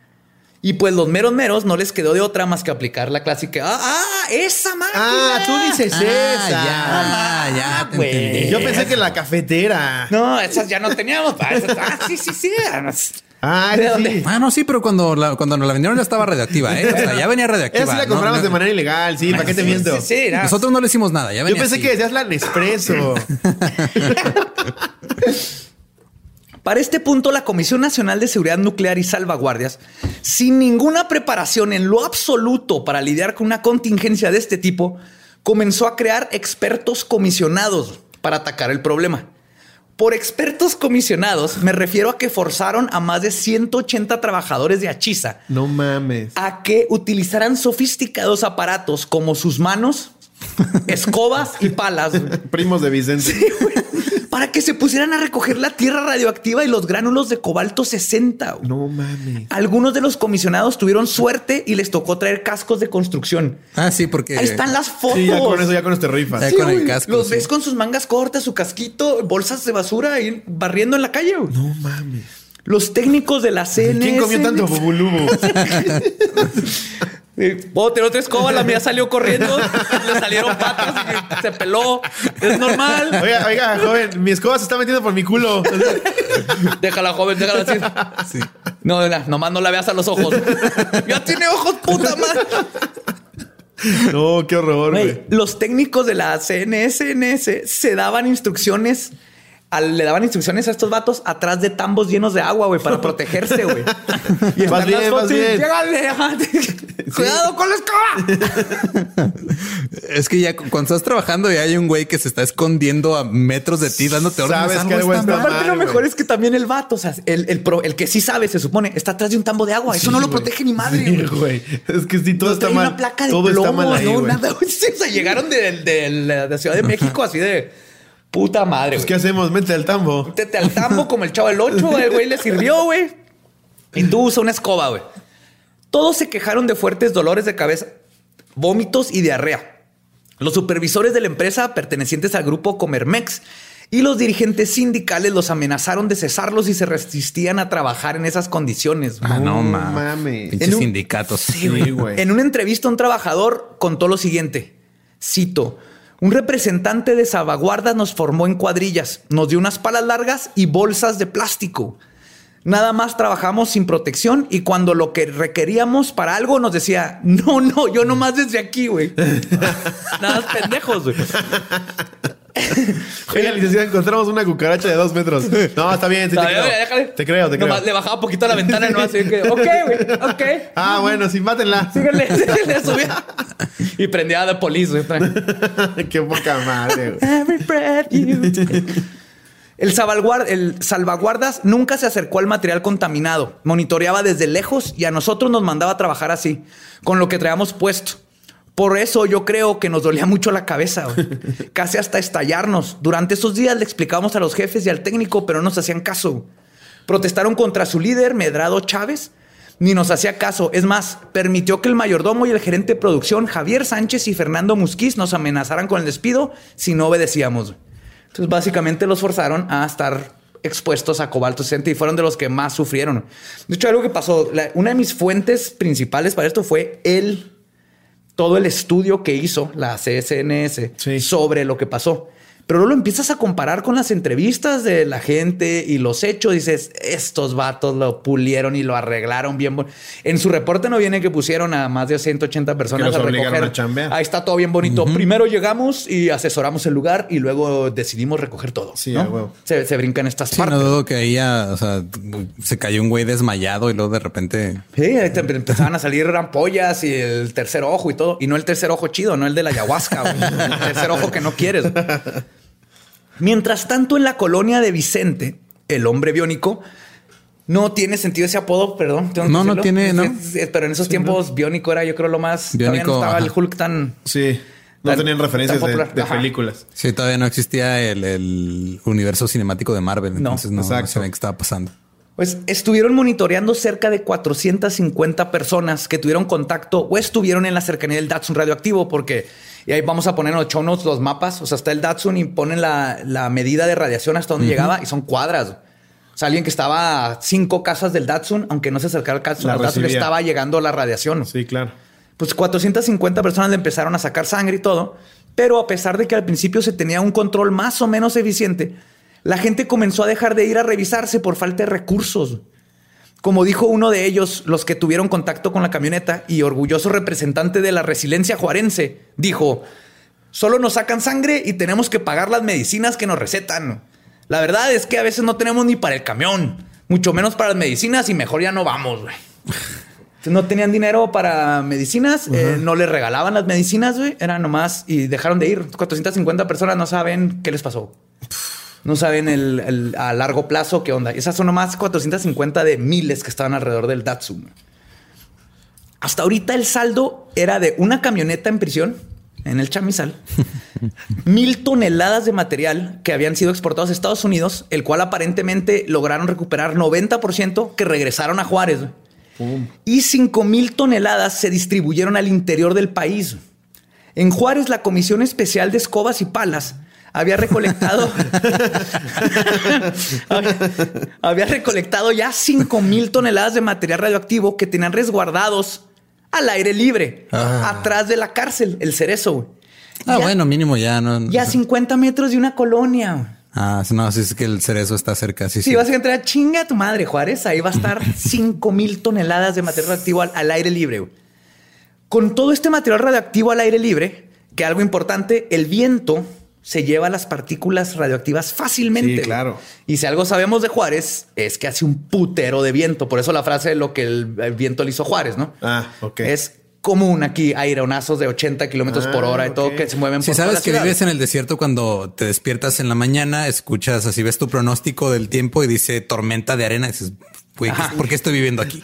Y pues los meros meros no les quedó de otra más que aplicar la clásica. ¡Ah, ah esa máquina! Ah, tú dices esa. Ah, ya, ya, te güey. entendí. Yo pensé que la cafetera. Eh. No, esas ya no teníamos. Ah, esas- ah, sí, sí, sí. Ah, ¿De esa dónde? sí. Ah, no, sí, pero cuando, la, cuando nos la vendieron ya estaba radioactiva, ¿eh? O sea, ya venía radioactiva. Esa sí la no, compramos no- de manera ilegal, sí, ¿para qué te miento? Sí, sí, no. Nosotros no le hicimos nada. Ya Yo venía pensé así. que decías la Nespresso. Para este punto, la Comisión Nacional de Seguridad Nuclear y Salvaguardias, sin ninguna preparación en lo absoluto para lidiar con una contingencia de este tipo, comenzó a crear expertos comisionados para atacar el problema. Por expertos comisionados me refiero a que forzaron a más de 180 trabajadores de Achiza No mames. a que utilizaran sofisticados aparatos como sus manos, escobas y palas Primos de Vicente. para que se pusieran a recoger la tierra radioactiva y los gránulos de cobalto 60. güey. No mames. Algunos de los comisionados tuvieron suerte y les tocó traer cascos de construcción. Ah, sí, porque. Ahí están las fotos. Sí, ya con eso, ya con este rifa. Ya Sí, con el güey. casco, Los sí. ves con sus mangas cortas, su casquito, bolsas de basura y barriendo en la calle. güey. No mames. Los técnicos de la CNS. ¿Quién comió tanto bubulubu? Eh, Puedo tener otra escoba, la mía salió corriendo, le salieron patas y se peló. Es normal. Oiga, oiga, joven, mi escoba se está metiendo por mi culo. Déjala, joven, déjala así. Sí. No, mira, nomás no la veas a los ojos. Ya tiene ojos, puta madre. No, qué horror, Güey, güey. los técnicos de la CNSNS se daban instrucciones. al- le daban instrucciones a estos vatos atrás de tambos llenos de agua, güey, para protegerse, güey. Y Vas están bien, las vas fotos y, bien. "Llégale, ajá". Cuidado con la escoba. Es que ya cu- cuando estás trabajando y hay un güey que se está escondiendo a metros de ti dándote órdenes. Sabes algo que algo está está mal. Aparte, lo güey. mejor es que también el vato, o sea, el, el pro- el que sí sabe, se supone, está atrás de un tambo de agua. Eso no lo protege ni madre, Sí, güey. güey. Es que si todo No está trae mal. una placa de todo está plomo, mal ahí, no, güey. nada. güey. Sí, o sea, llegaron de, de- de la Ciudad de México así de puta madre. Pues, ¿Qué güey. hacemos? Mete al tambo. Métete al tambo como el chavo del 8, el güey le sirvió, güey. Y tú usa una escoba, güey. Todos se quejaron de fuertes dolores de cabeza, vómitos y diarrea. Los supervisores de la empresa pertenecientes al grupo Comermex y los dirigentes sindicales los amenazaron de cesarlos y se resistían a trabajar en esas condiciones. güey. Ah, No no, ma. mames. Pinches En un- sindicatos. Sí, güey. En una entrevista, un trabajador contó lo siguiente: cito. Un representante de salvaguardas nos formó en cuadrillas, nos dio unas palas largas y bolsas de plástico. Nada más trabajamos sin protección y cuando lo que requeríamos para algo nos decía, no, no, yo nomás desde aquí, güey. Nada más pendejos, güey. Oiga, licenciado, encontramos una cucaracha de dos metros. No, está bien, sí, te, Oye, creo. oye, déjale. te creo. Te creo, Nomás le bajaba poquito a la ventana, nomás. así que, ok, güey, ok. Ah, bueno, sí, mátenla. Síguele, síguele, subía. Y prendía de polis, güey. qué poca madre, güey. Every breath you take. El, salvaguar- el salvaguardas nunca se acercó al material contaminado. Monitoreaba desde lejos y a nosotros nos mandaba a trabajar así, con lo que traíamos puesto. Por eso yo creo que nos dolía mucho la cabeza, güey. casi hasta estallarnos. Durante esos días le explicábamos a los jefes y al técnico, pero no nos hacían caso. Protestaron contra su líder, Medrado Chávez, ni nos hacía caso. Es más, permitió que el mayordomo y el gerente de producción, Javier Sánchez y Fernando Musquiz, nos amenazaran con el despido si no obedecíamos. Entonces, básicamente los forzaron a estar expuestos a cobalto 60 y fueron de los que más sufrieron. De hecho, algo que pasó, la- una de mis fuentes principales para esto fue el, todo el estudio que hizo la CSNS Sí. sobre lo que pasó. Pero luego lo empiezas a comparar con las entrevistas de la gente y los hechos. Dices, estos vatos lo pulieron y lo arreglaron bien. bon-". En su reporte no viene que pusieron a más de 180 personas los a obligaron recoger. a chambear. Ahí está todo bien bonito. Primero llegamos y asesoramos el lugar y luego decidimos recoger todo. Sí, ¿no? a huevo. Se, se brincan estas Sí, partes. no dudo que ahí ya, o sea, se cayó un güey desmayado y luego de repente. Sí, ahí te empe- empezaban a salir ampollas y el tercer ojo y todo. Y no el tercer ojo chido, no el de la ayahuasca. güey. El tercer ojo que no quieres. Mientras tanto, en la colonia de Vicente, el hombre biónico, no tiene sentido ese apodo, perdón. tengo que No, no decirlo. tiene, Es- no. es- es- pero en esos tiempos, biónico era, yo creo, lo más. todavía no Biónico, estaba ajá. el Hulk tan. Sí. No Tan- tenían referencias tan de, popular. de Ajá. películas. Sí, todavía no existía el, el universo cinemático de Marvel. entonces no, no exacto. sabían qué estaba pasando. Pues estuvieron monitoreando cerca de 450 personas que tuvieron contacto o estuvieron en la cercanía del Datsun radioactivo, porque y ahí vamos a poner en los show notes los mapas. O sea, está el Datsun y ponen la, la medida de radiación hasta donde llegaba y son cuadras. O sea, alguien que estaba a cinco casas del Datsun, aunque no se acercara al Datsun, La al Datsun le recibía. estaba llegando la radiación. Sí, claro. Pues 450 personas le empezaron a sacar sangre y todo, pero a pesar de que al principio se tenía un control más o menos eficiente, la gente comenzó a dejar de ir a revisarse por falta de recursos. Como dijo uno de ellos, los que tuvieron contacto con la camioneta y orgulloso representante de la resiliencia juarense, dijo, solo nos sacan sangre y tenemos que pagar las medicinas que nos recetan. La verdad es que a veces no tenemos ni para el camión, mucho menos para las medicinas y mejor ya no vamos, güey. Entonces, No tenían dinero para medicinas, eh, no les regalaban las medicinas, güey. Era nomás y dejaron de ir. 450 personas no saben qué les pasó. No saben el, el- a largo plazo qué onda. Esas son nomás 450 de miles que estaban alrededor del Datsun. Hasta ahorita el saldo era de una camioneta en prisión, en el chamizal, mil toneladas de material que habían sido exportados a Estados Unidos, el cual aparentemente lograron recuperar 90% que regresaron a Juárez. güey. Y 5 mil toneladas se distribuyeron al interior del país. En Juárez, la Comisión Especial de Escobas y Palas había recolectado. había, había recolectado ya 5 mil toneladas de material radioactivo que tenían resguardados al aire libre, Ah. atrás de la cárcel, el cerezo. güey. Ah, Ya- bueno, mínimo ya no. Ya a 50 metros de una colonia. güey. Ah, no, sí es que el cerezo está cerca. Sí, Si sí. vas a entrar, chinga a tu madre, Juárez. Ahí va a estar 5 mil toneladas de material radioactivo al, al aire libre. güey. Con todo este material radioactivo al aire libre, que algo importante, el viento se lleva las partículas radioactivas fácilmente. Sí, güey. claro. Y si algo sabemos de Juárez, es que hace un putero de viento. Por eso la frase de lo que el, el viento le hizo a Juárez, ¿no? Ah, ok. Es común aquí aeronazos de 80 kilómetros por Ah, hora y todo ok. que se mueven Si por toda la sabes que ciudad. vives en el desierto, cuando te despiertas en la mañana, escuchas así, ves tu pronóstico del tiempo y dice tormenta de arena. Y dices, güey, ¿qué- ¿por qué estoy viviendo aquí?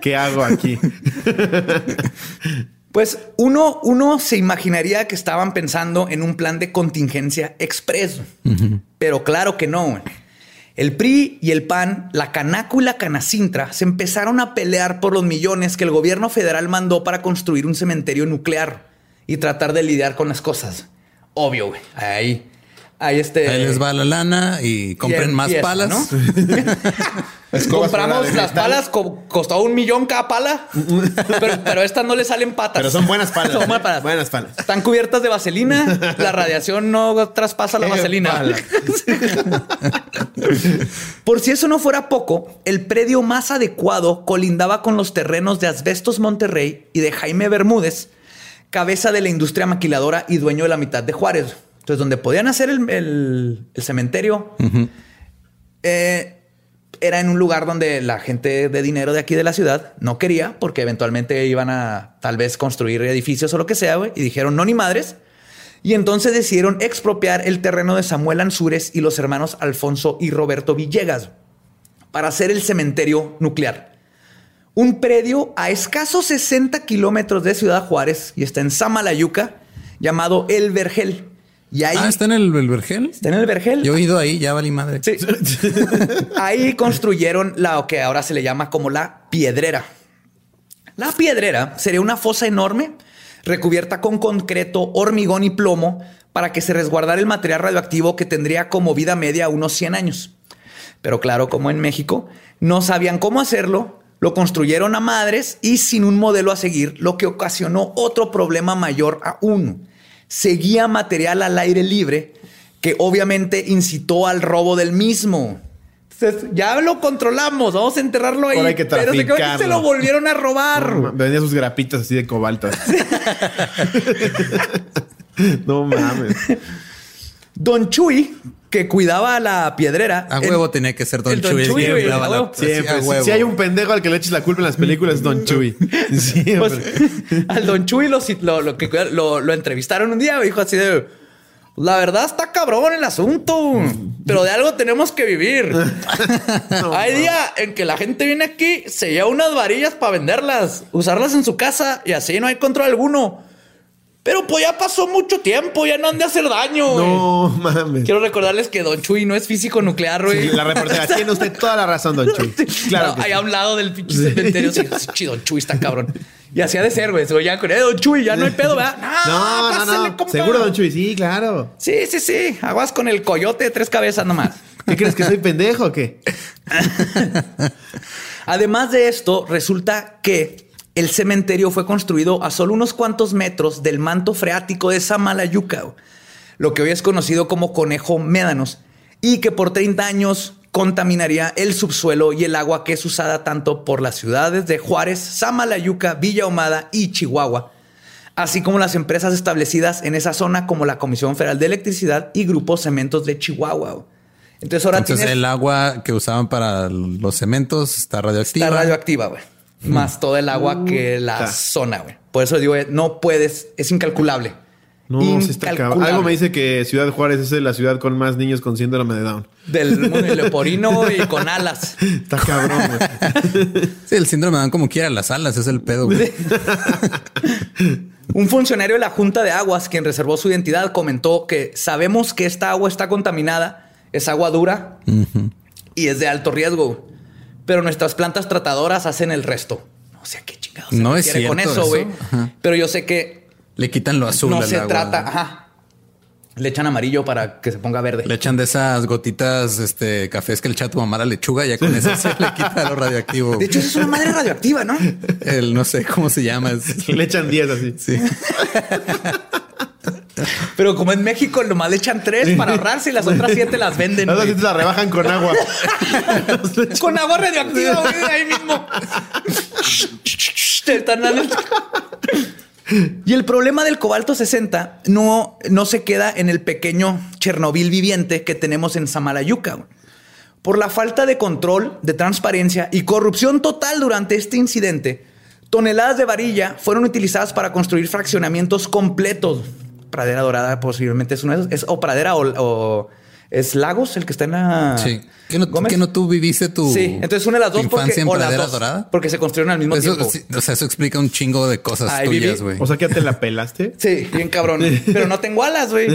¿Qué hago aquí? Pues uno, uno se imaginaría que estaban pensando en un plan de contingencia expreso, pero claro que no. güey. El PRI y el PAN, la Canaco y la Canacintra, se empezaron a pelear por los millones que el gobierno federal mandó para construir un cementerio nuclear y tratar de lidiar con las cosas. Obvio, güey. Ahí, ahí este. Ahí les va la lana y compren Y em más empieza, palas. ¿no? Escobas fuera Compramos de las metal. palas, co- costó un millón cada pala, pero, pero estas no le salen patas. Pero son buenas palas. Son buenas palas. Buenas palas. Están cubiertas de vaselina. La radiación no traspasa la Qué vaselina. pala. Por si eso no fuera poco, el predio más adecuado colindaba con los terrenos de Asbestos Monterrey y de Jaime Bermúdez, cabeza de la industria maquiladora y dueño de la mitad de Juárez. Entonces, donde podían hacer el, el- el cementerio, eh, era en un lugar donde la gente de dinero de aquí de la ciudad no quería, porque eventualmente iban a tal vez construir edificios o lo que sea, güey, y dijeron, no, ni madres. Y entonces decidieron expropiar el terreno de Samuel Ansúrez y los hermanos Alfonso y Roberto Villegas para hacer el cementerio nuclear. Un predio a escasos 60 kilómetros de Ciudad Juárez y está en Samalayuca, llamado El Vergel. Y ahí Ah, está en el, el vergel. está en El Vergel. Yo he ido ahí, ya valí madre. Sí. Ahí construyeron la que ahora se le llama como la piedrera. La piedrera sería una fosa enorme recubierta con concreto, hormigón y plomo para que se resguardara el material radioactivo que tendría como vida media unos 100 años. Pero claro, como en México, no sabían cómo hacerlo, lo construyeron a madres y sin un modelo a seguir, lo que ocasionó otro problema mayor aún. Seguía material al aire libre que obviamente incitó al robo del mismo. Entonces, ya lo controlamos, vamos a enterrarlo ahí. Ahora hay que pero se, quedó aquí, se lo traficarlo. volvieron a robar. Venía sus grapitas así de cobalto. no mames. Don Chuy, que cuidaba la piedrera. A el- huevo tenía que ser Don el Don Chuy. el Chuy, que güey, oh, hablaba a la- huevo. así, Siempre. a Si- hueves. Si hay un pendejo al que le eches la culpa en las películas, es Don Chuy. Siempre. Pues, al Don Chuy lo, lo, lo que cuida- lo- lo entrevistaron un día, dijo así de... "Pues La verdad está cabrón el asunto, pero de algo tenemos que vivir. Hay día en que la gente viene aquí, se lleva unas varillas para venderlas, usarlas en su casa y así no hay control alguno. Pero pues ya pasó mucho tiempo, ya no han de hacer daño. güey. no mames. Quiero recordarles que Don Chuy no es físico nuclear, güey. La reportera tiene usted toda la razón, Don Chuy. Claro. No, que ahí sí. a un lado del pinche cementerio. sí, sí, sí, Don Chuy está cabrón. Y así ha de ser, güey. So, Ya con eh, Don Chuy, ya no hay pedo, ¿verdad? "Ah, No, no, pásale, no. compa. Seguro, Don Chuy. Sí, claro. Sí, sí, sí. Aguas con el coyote de tres cabezas nomás. ¿Qué crees que soy pendejo o qué? Además de esto, resulta que el cementerio fue construido a solo unos cuantos metros del manto freático de Samalayuca, lo que hoy es conocido como conejo médanos, y que por 30 años contaminaría el subsuelo y el agua que es usada tanto por las ciudades de Juárez, Samalayuca, Villa Ahumada y Chihuahua, así como las empresas establecidas en esa zona como la Comisión Federal de Electricidad y Grupo Cementos de Chihuahua. Entonces ahora Entonces tienes- el agua que usaban para los cementos está radioactiva. Está radioactiva, güey. Más todo el agua que la Mm. Puta. zona, güey. Por eso digo, eh, no puedes, es incalculable. No, sí está cabrón. Incalculable. Algo me dice que Ciudad Juárez es la ciudad con más niños con síndrome de Down. Del mundo leporino y con alas. Está cabrón, güey. Sí, el síndrome dan como quiera las alas, es el pedo. güey. Un funcionario de la Junta de Aguas, quien reservó su identidad, comentó que sabemos que esta agua está contaminada, es agua dura y es de alto riesgo, pero nuestras plantas tratadoras hacen el resto. No sé a qué chingados se No es refiere con cierto eso, güey. eso. Ajá. Pero yo sé que Le quitan lo azul no al se agua. trata. Ajá. Le echan amarillo para que se ponga verde. Le echan de esas gotitas este, cafés que el chato mamara lechuga, ya con eso se le quita lo radioactivo. De hecho, eso es una madre radioactiva, ¿no? el, no sé cómo se llama. es- Le echan 10 así. sí. Pero como en México nomás le echan tres para ahorrarse y las otras siete las venden. Las güey. así te la rebajan con agua. Con agua radioactiva, güey, ahí mismo. Te están dando- Y el problema del cobalto 60 no, no se queda en el pequeño Chernobyl viviente que tenemos en Samalayuca. güey. Por la falta de control, de transparencia y corrupción total durante este incidente, toneladas de varilla fueron utilizadas para construir fraccionamientos completos. Pradera Dorada posiblemente es uno de esos. Es, o Pradera o, o- es Lagos, el que está en la... Sí. ¿Que no, Ah. Gómez. que no tú viviste tu Sí, entonces una de las tu dos porque, infancia en o las Pradera dos, Dorada? porque se construyeron al mismo Eso, tiempo. sí, o sea, eso explica un chingo de cosas Ay, tuyas, Vivi. güey. O sea que ya te la pelaste. Sí, bien cabrón. Pero no tengo alas, güey.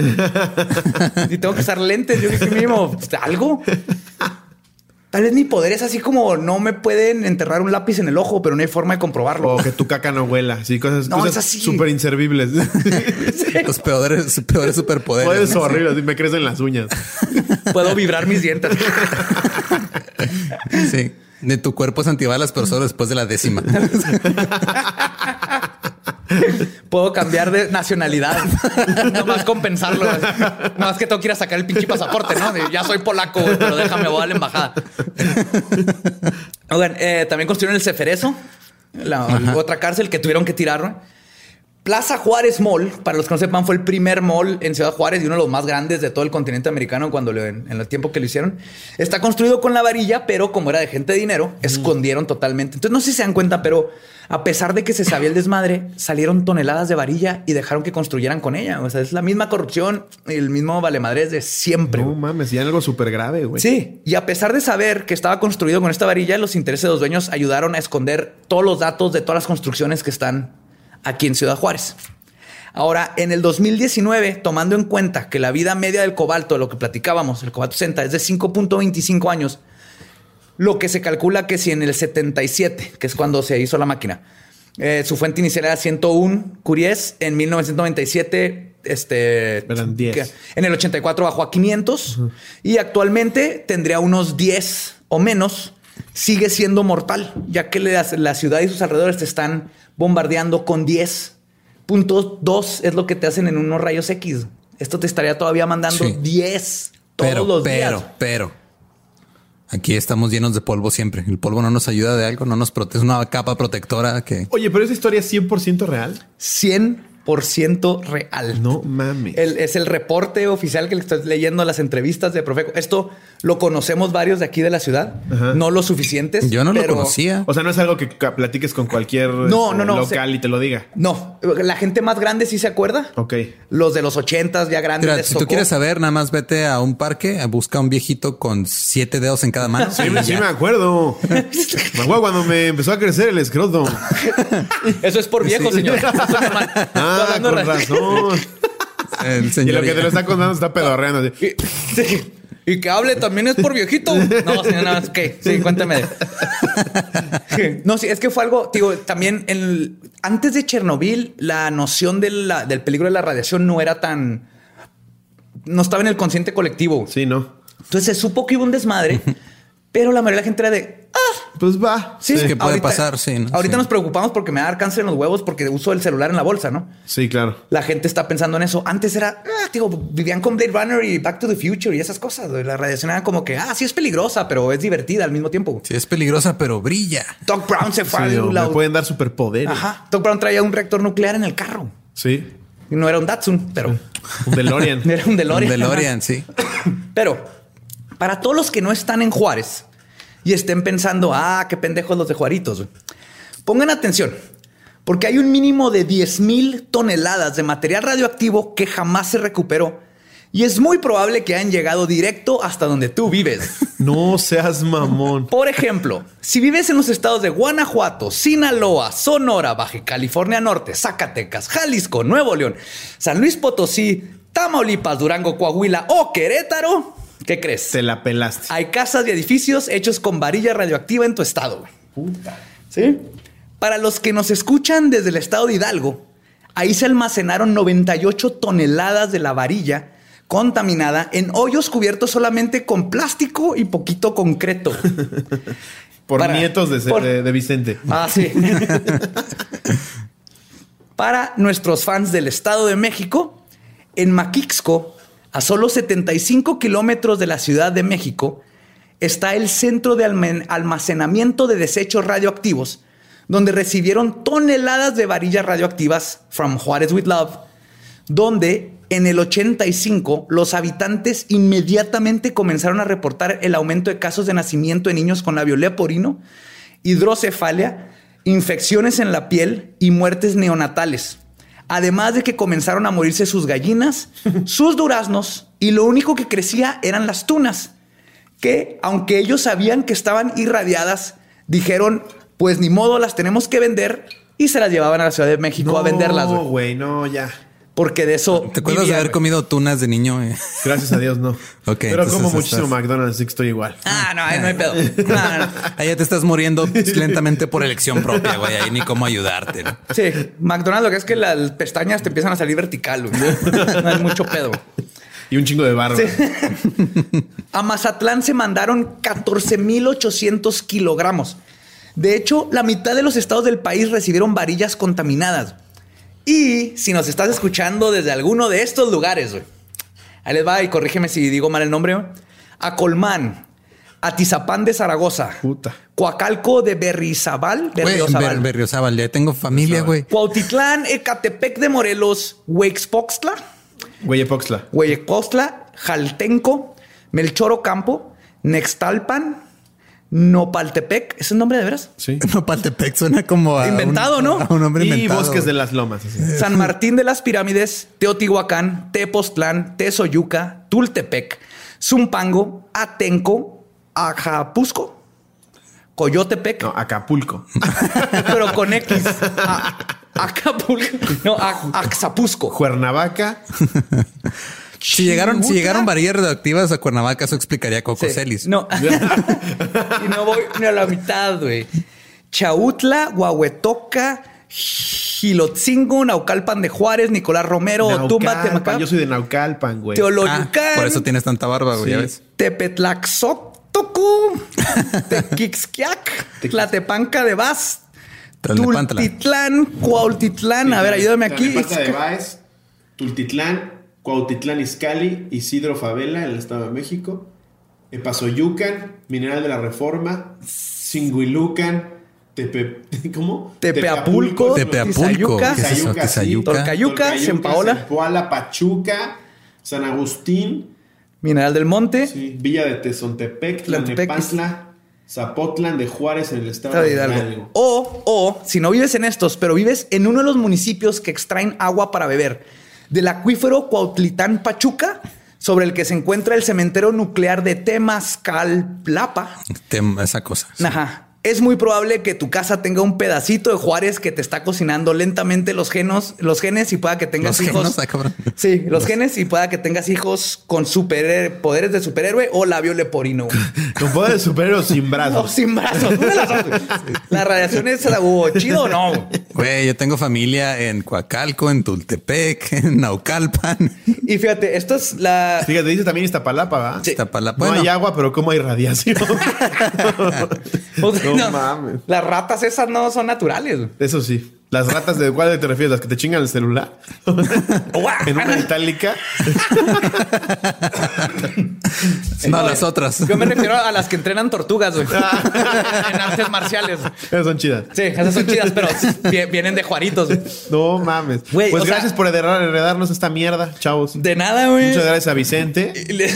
Y tengo que usar lentes. Yo dije mínimo, pues, algo. Tal vez mi poder es así como no me pueden enterrar un lápiz en el ojo, pero no hay forma de comprobarlo. O Oh. que tu caca no huela. Sí, cosas No, cosas es así. súper inservibles. Los peores, peores superpoderes. Puedes ¿no? horrible. así me crecen las uñas. Puedo vibrar mis dientes. Sí. De tu cuerpo es antibalas, pero solo después de la décima. Puedo cambiar de nacionalidad. Nomás compensarlo. Nomás que tengo que ir a sacar el pinche pasaporte, ¿no? De, ya soy polaco, güey, pero déjame, voy a la embajada. Oigan, eh, también construyeron el Ceferezo, la otra cárcel que tuvieron que tirar. ¿no? Plaza Juárez Mall, para los que no sepan, fue el primer mall en Ciudad Juárez y uno de los más grandes de todo el continente americano cuando lo- en, en el tiempo que lo hicieron. Está construido con la varilla, pero como era de gente de dinero, escondieron totalmente. Entonces, no sé si se dan cuenta, pero a pesar de que se sabía el desmadre, salieron toneladas de varilla y dejaron que construyeran con ella. O sea, es la misma corrupción, el mismo valemadres de siempre. No güey. mames, ya algo súper grave, güey. Sí, y a pesar de saber que estaba construido con esta varilla, los intereses de los dueños ayudaron a esconder todos los datos de todas las construcciones que están aquí en Ciudad Juárez. Ahora, en el 2019, tomando en cuenta que la vida media del cobalto, de lo que platicábamos, el cobalto 60, es de 5.25 años, lo que se calcula que si en el 77, que es cuando se hizo la máquina, eh, su fuente inicial era 101 curies, en 1997, este, Eran 10. que- en el 84 bajó a 500 y actualmente tendría unos 10 o menos. Sigue siendo mortal, ya que la, la ciudad y sus alrededores te están bombardeando con 10. Punto 2 es lo que te hacen en unos rayos X. Esto te estaría todavía mandando Sí. 10 todos pero, los pero, días. pero. Aquí estamos llenos de polvo siempre. El polvo no nos ayuda de algo, no nos protege. Es una capa protectora que Oye, pero esa historia es 100% real. 100% real. No mames. El- es el reporte oficial que le estoy leyendo las entrevistas de Profeco. Esto lo conocemos varios de aquí de la ciudad, Ajá. no los suficientes. yo no pero- lo conocía. O sea, no es algo que ca- platiques con cualquier No, este, no, no, local se- y te lo diga. No, la gente más grande sí se acuerda. Ok. Los de los ochentas ya grandes. Mira, les si tú tocó. quieres saber, nada más vete a un parque, a busca a un viejito con siete dedos en cada mano. Sí, y me- sí ya. me acuerdo. me acuerdo cuando me empezó a crecer el escroto. Eso es por viejo, Sí. señor. Eso es normal. Estoy Ah, hablando con de- razón. El Y señor lo que ya. te lo está contando está pedorreando. así. Y, sí. Y que hable también es por viejito. No, sí, no, es que sí, cuéntame. de- No, sí, es que fue algo, digo, también el- antes de Chernobyl, la noción de la- del peligro de la radiación no era tan. No estaba en el consciente colectivo. Sí, no. Entonces se supo que hubo un desmadre, pero la mayoría de la gente era de, ah, Pues va. sí, Es que puede pasar, sí, ¿no? Ahorita Sí. nos preocupamos porque me va a dar cáncer en los huevos porque uso el celular en la bolsa, ¿no? Sí, claro. La gente está pensando en eso. Antes era, ah, digo, vivían con Blade Runner y Back to the Future y esas cosas. güey. La radiación era como que, ah, sí es peligrosa, pero es divertida al mismo tiempo. Sí, es peligrosa, pero brilla. Doc Brown se fue Sí, al o me lado- pueden dar superpoderes. Ajá. Doc Brown traía un reactor nuclear en el carro. Sí. Y No era un Datsun, pero Un DeLorean. era un DeLorean. Un DeLorean, sí. Pero para todos los que no están en Juárez y estén pensando, ah, qué pendejos los de Juaritos, güey, pongan atención, porque hay un mínimo de 10 mil toneladas de material radioactivo que jamás se recuperó y es muy probable que hayan llegado directo hasta donde tú vives. no seas mamón. Por ejemplo, si vives en los estados de Guanajuato, Sinaloa, Sonora, Baja California Norte, Zacatecas, Jalisco, Nuevo León, San Luis Potosí, Tamaulipas, Durango, Coahuila o Querétaro, ¿qué crees? Te la pelaste. Hay casas y edificios hechos con varilla radioactiva en tu estado, güey. ¿Sí? Para los que nos escuchan desde el estado de Hidalgo, ahí se almacenaron 98 toneladas de la varilla contaminada en hoyos cubiertos solamente con plástico y poquito concreto. Por para- nietos de, por- de- de Vicente. Ah, sí. Para nuestros fans del Estado de México, en Maquixco, a solo 75 kilómetros de la Ciudad de México, está el Centro de Almen- Almacenamiento de Desechos Radioactivos, donde recibieron toneladas de varillas radioactivas from Juárez with Love, donde en el 85 los habitantes inmediatamente comenzaron a reportar el aumento de casos de nacimiento de niños con labio leporino, hidrocefalia, infecciones en la piel y muertes neonatales. Además de que comenzaron a morirse sus gallinas, sus duraznos y lo único que crecía eran las tunas, que aunque ellos sabían que estaban irradiadas, dijeron, pues ni modo, las tenemos que vender y se las llevaban a la Ciudad de México a venderlas. güey. No, güey, no, ya. Porque de eso. ¿Te acuerdas vivía, de haber güey. comido tunas de niño? eh? Gracias a Dios, no. Ok, Pero entonces como muchísimo estás- McDonald's, así que estoy igual. Ah, no, ahí no hay pedo. No, no, no. Ahí ya te estás muriendo lentamente por elección propia, güey. Ahí ni cómo ayudarte. ¿no? Sí, McDonald's lo que es que las pestañas te empiezan a salir vertical. güey. No hay mucho pedo. Y un chingo de barba. A Mazatlán se mandaron 14,800 kilogramos. De hecho, la mitad de los estados del país recibieron varillas contaminadas. Y si nos estás escuchando desde alguno de estos lugares, güey, ahí les va y corrígeme si digo mal el nombre, güey. a Colmán, a Tizapán de Zaragoza, Puta. Coacalco de Berrizabal, Güey, en Berriozabal. Ber- Berriozábal, ya tengo familia, güey. Cuautitlán, Ecatepec de Morelos, Huexpoxtla, Güey, Epoxla. Hueyepostla, Jaltenco, Melchor Ocampo, Nextalpan, Nopaltepec. ¿Es el nombre de veras? Sí. No, Paltepec suena como a un- Inventado, ¿no? A un hombre Y inventado. bosques de güey. las lomas. así. Eh, San Martín de las Pirámides, Teotihuacán, Tepoztlán, Tezoyuca, Tultepec, Zumpango, Atenco, Ajapusco, Coyotepec, No, Acapulco. pero con X. A- Acapulco, no, A- Axapusco. Cuernavaca. Si llegaron, si Chingutla. llegaron varillas radioactivas a Cuernavaca, eso explicaría Coco Sí. Celis. No. y no voy ni a la mitad, güey. Chautla, Guahuetoca, Gilotzingo, Naucalpan de Juárez, Nicolás Romero, Tumba, Naucalpan. Temacán, Yo soy de Naucalpan, güey. Ah, Teoloyucán, por eso tienes tanta barba, güey. Sí. ya ves. Tepetlaxótocu, Tequixquiac, Tlatepanca de Vaz, Tlalnepantla. Tultitlán, Cuautitlán. A ver, ayúdame aquí. Tlalnepantla de Baez, Tultitlán, Cuautitlán Izcalli, Isidro Favela en el Estado de México, Epazoyucan, Mineral de la Reforma, Singuilucan, Tepe... ¿Cómo? Tepeapulco, Tepeapulco. Tizayuca, ¿Qué es eso? Tizayuca, sí. Tizayuca. Tolcayuca, Zempoala. Zempoala, Pachuca, San Agustín, Mineral del Monte, sí, Villa de Tezontepec, Tlaltepec. Tlalnepantla, Zapotlán de Juárez en el Estado Estado de de Hidalgo. Hidalgo. O, o, si no vives en estos, pero vives en uno de los municipios que extraen agua para beber, del acuífero Cuautlitán Pachuca, sobre el que se encuentra el cementerio nuclear de Temascalplapa. Tem- esa cosa. Ajá. Es muy probable que tu casa tenga un pedacito de Juárez que te está cocinando lentamente los genos, los genes y pueda que tengas Los hijos. genos, ah, cabrón. Sí, los genes y pueda que tengas hijos con superhéroe- poderes de superhéroe o labio leporino. güey. Con poder de superhéroe sin O brazos. sin brazos. una de las dos, güey. La radiación es o chido o no. güey. Güey, yo tengo familia en Coacalco, en Tultepec, en Naucalpan. Y fíjate, esto es la. Fíjate, dice también Iztapalapa, ¿va? Sí. Iztapalapa. No Bueno, hay agua, pero ¿cómo hay radiación? o sea, No mames. Las ratas esas no son naturales. güey. Eso sí. Las ratas de cuál te refieres, las que te chingan el celular en una itálica. no las otras. Yo me refiero a las que entrenan tortugas, güey. en artes marciales. Esas son chidas. Sí, esas son chidas, pero vi- vienen de Juaritos. güey. No mames. Güey, pues o sea- gracias por heredar- heredarnos esta mierda, chavos. De nada, güey. Muchas gracias a Vicente. Y le-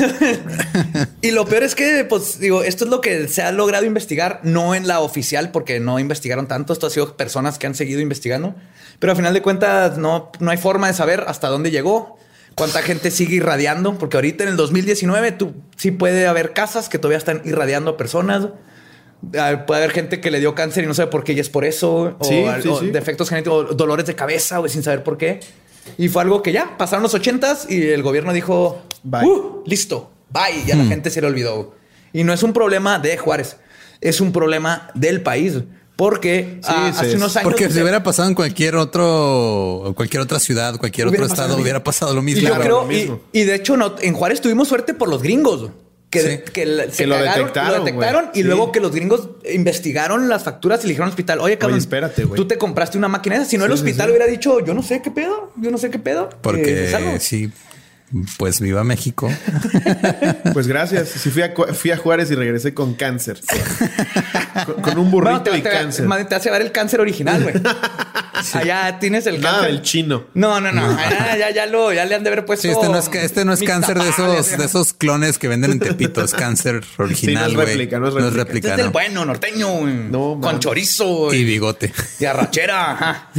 y lo peor es que, pues, digo, esto es lo que se ha logrado investigar, no en la oficial, porque no investigaron tanto. Esto ha sido personas que han seguido investigando, pero al final de cuentas, no, no hay forma de saber hasta dónde llegó, cuánta gente sigue irradiando, porque ahorita en el 2019 tú sí puede haber casas que todavía están irradiando a personas. Ah, Puede haber gente que le dio cáncer y no sabe por qué y es por eso. O, Sí, al- sí, o sí. defectos genéticos, o dolores de cabeza, güey, sin saber por qué. Y fue algo que ya pasaron los ochentas y el gobierno dijo, Bye. Hmm. "Uh, listo, bye. Y a la gente se le olvidó. Y no es un problema de Juárez, es un problema del país. Porque ah, sí, hace es- unos años... Porque si hubiera pasado en cualquier otro, cualquier otra ciudad, cualquier Hubiera otro pasado estado, lo hubiera mismo. pasado lo Y mismo. yo Claro, creo, lo y, mismo. y de hecho, no, en Juárez tuvimos suerte por los gringos. Que, Sí. que, la- se Que lo cagaron, detectaron, lo detectaron güey. y Sí. luego que los gringos investigaron las facturas y le dijeron al hospital, oye, cabrón, espérate, güey. tú te compraste una máquina esa. Si no, el Sí, sí, hospital sí. hubiera dicho, yo no sé qué pedo, yo no sé qué pedo. eh, es algo. Porque sí, pues viva México. Pues gracias. Sí, fui a, Cu- fui a Juárez y regresé con cáncer. con, con un burrito Bueno, te, y te- cáncer. madre, te hace ver el cáncer original, güey. Allá tienes el Nada cáncer. del chino. No, no, no. Allá, ya, ya, lo, ya le han de haber puesto. Sí, este no es, ca- este no es mis cáncer de tamales, esos, ya. de esos clones que venden en Tepito, es cáncer original, es güey. réplica, no es réplica. Este es ¿no? del bueno, norteño. güey. No, con mames. chorizo. güey. Y bigote. Y arrachera. ajá.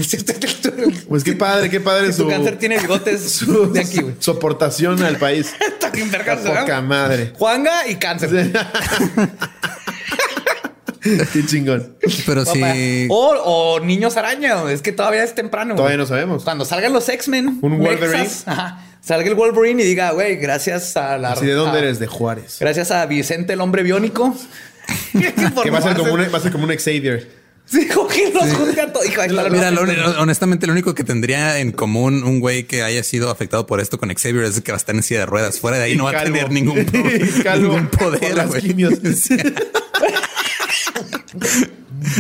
Pues qué padre, qué padre Si su, tu cáncer tiene bigotes su- de aquí, güey. su aportación al país. Está bien vergas, Está poca ¿verdad? madre. Juanga y cáncer. Qué chingón. Pero Papá. Oh, sí. O, o niños araña. güey. Es que todavía es temprano. Todavía güey. no sabemos. Cuando salgan los X-Men. Un Wolverine. Mexas, ajá, salga el Wolverine y diga, güey, gracias a la. Así, Pues, ¿De dónde a- eres? De Juárez. Gracias a Vicente, el hombre biónico. Que que va a ser como un, va a ser como un Xavier. Sí, Joaquín los juzga todo. Hijo, ahí está la Mira, lo nueva uni- honestamente, lo único que tendría en común un güey que haya sido afectado por esto con Xavier es que va a estar en silla de ruedas. Fuera de ahí no va a calvo. tener ningún, Y calvo ningún por poder. las güey. quimios. Sí.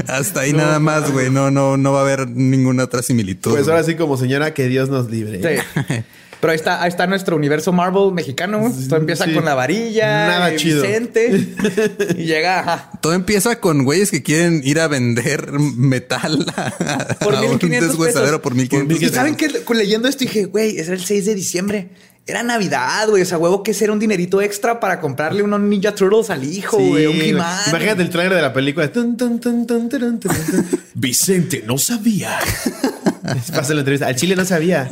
Hasta ahí nada más, güey. No, no, no va a haber ninguna otra similitud. Pues ahora güey. sí, como señora, que Dios nos libre. Sí. Pero ahí está, ahí está nuestro universo Marvel mexicano. güey. Esto empieza sí. con la varilla, Nada eh, chido. Vicente, y llega ajá, Todo empieza con güeyes que quieren ir a vender metal a, por a 1500 deshuesadero pesos. por 1500 ¿Y pesos. saben que leyendo esto dije, güey, es el 6 de diciembre. Era Navidad, güey. O sea, huevo que era un dinerito extra para comprarle unos Ninja Turtles al hijo, Sí, güey. Un güey. He-Man. Imagínate el trailer de la película. Tun, tun, tun, tun, tun, tun, tun. Vicente no sabía. Pasa la entrevista. Al Chile no sabía.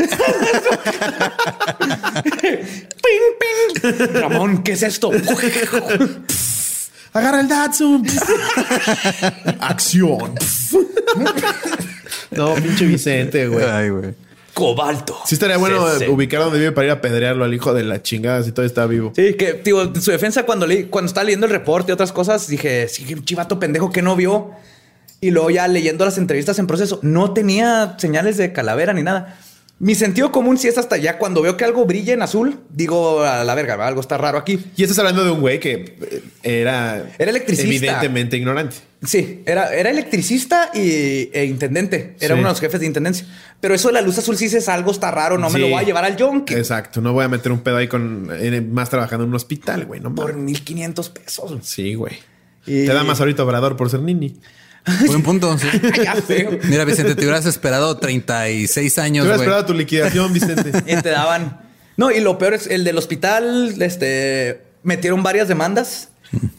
¡Ping, ping! Ramón, ¿qué es esto? Agarra el Datsun. Acción. no, pinche Vicente, güey. Ay, güey. Cobalto. Sí estaría bueno eh, Sí, sí. ubicar donde vive para ir a pedrearlo al hijo de la chingada si todavía está vivo. Sí, que digo, en su defensa cuando leí, cuando estaba leyendo el reporte y otras cosas, dije, sí, qué chivato pendejo que no vio. Y luego ya leyendo las entrevistas en proceso, no tenía señales de calavera ni nada. Mi sentido común sí es hasta ya cuando veo que algo brilla en azul, digo a la verga, algo está raro aquí. Y estás hablando de un güey que eh, era... Era electricista. Evidentemente ignorante. Sí, era, era electricista y, e intendente. Era Sí. uno de los jefes de intendencia. Pero eso de la luz azul sí dices algo está raro, no me lo Sí. voy a llevar al yonki. Exacto. No voy a meter un pedo ahí con... eh, Más trabajando en un hospital, güey. No Por mames. 1500 pesos. Sí, güey. Y- Te da más ahorita obrador por ser nini. Buen punto. sí. Ya sé. Mira, Vicente, te hubieras esperado 36 Yo años, hubiera güey. esperado tu liquidación, Vicente. Y te daban. No, y lo peor es el del hospital, este, metieron varias demandas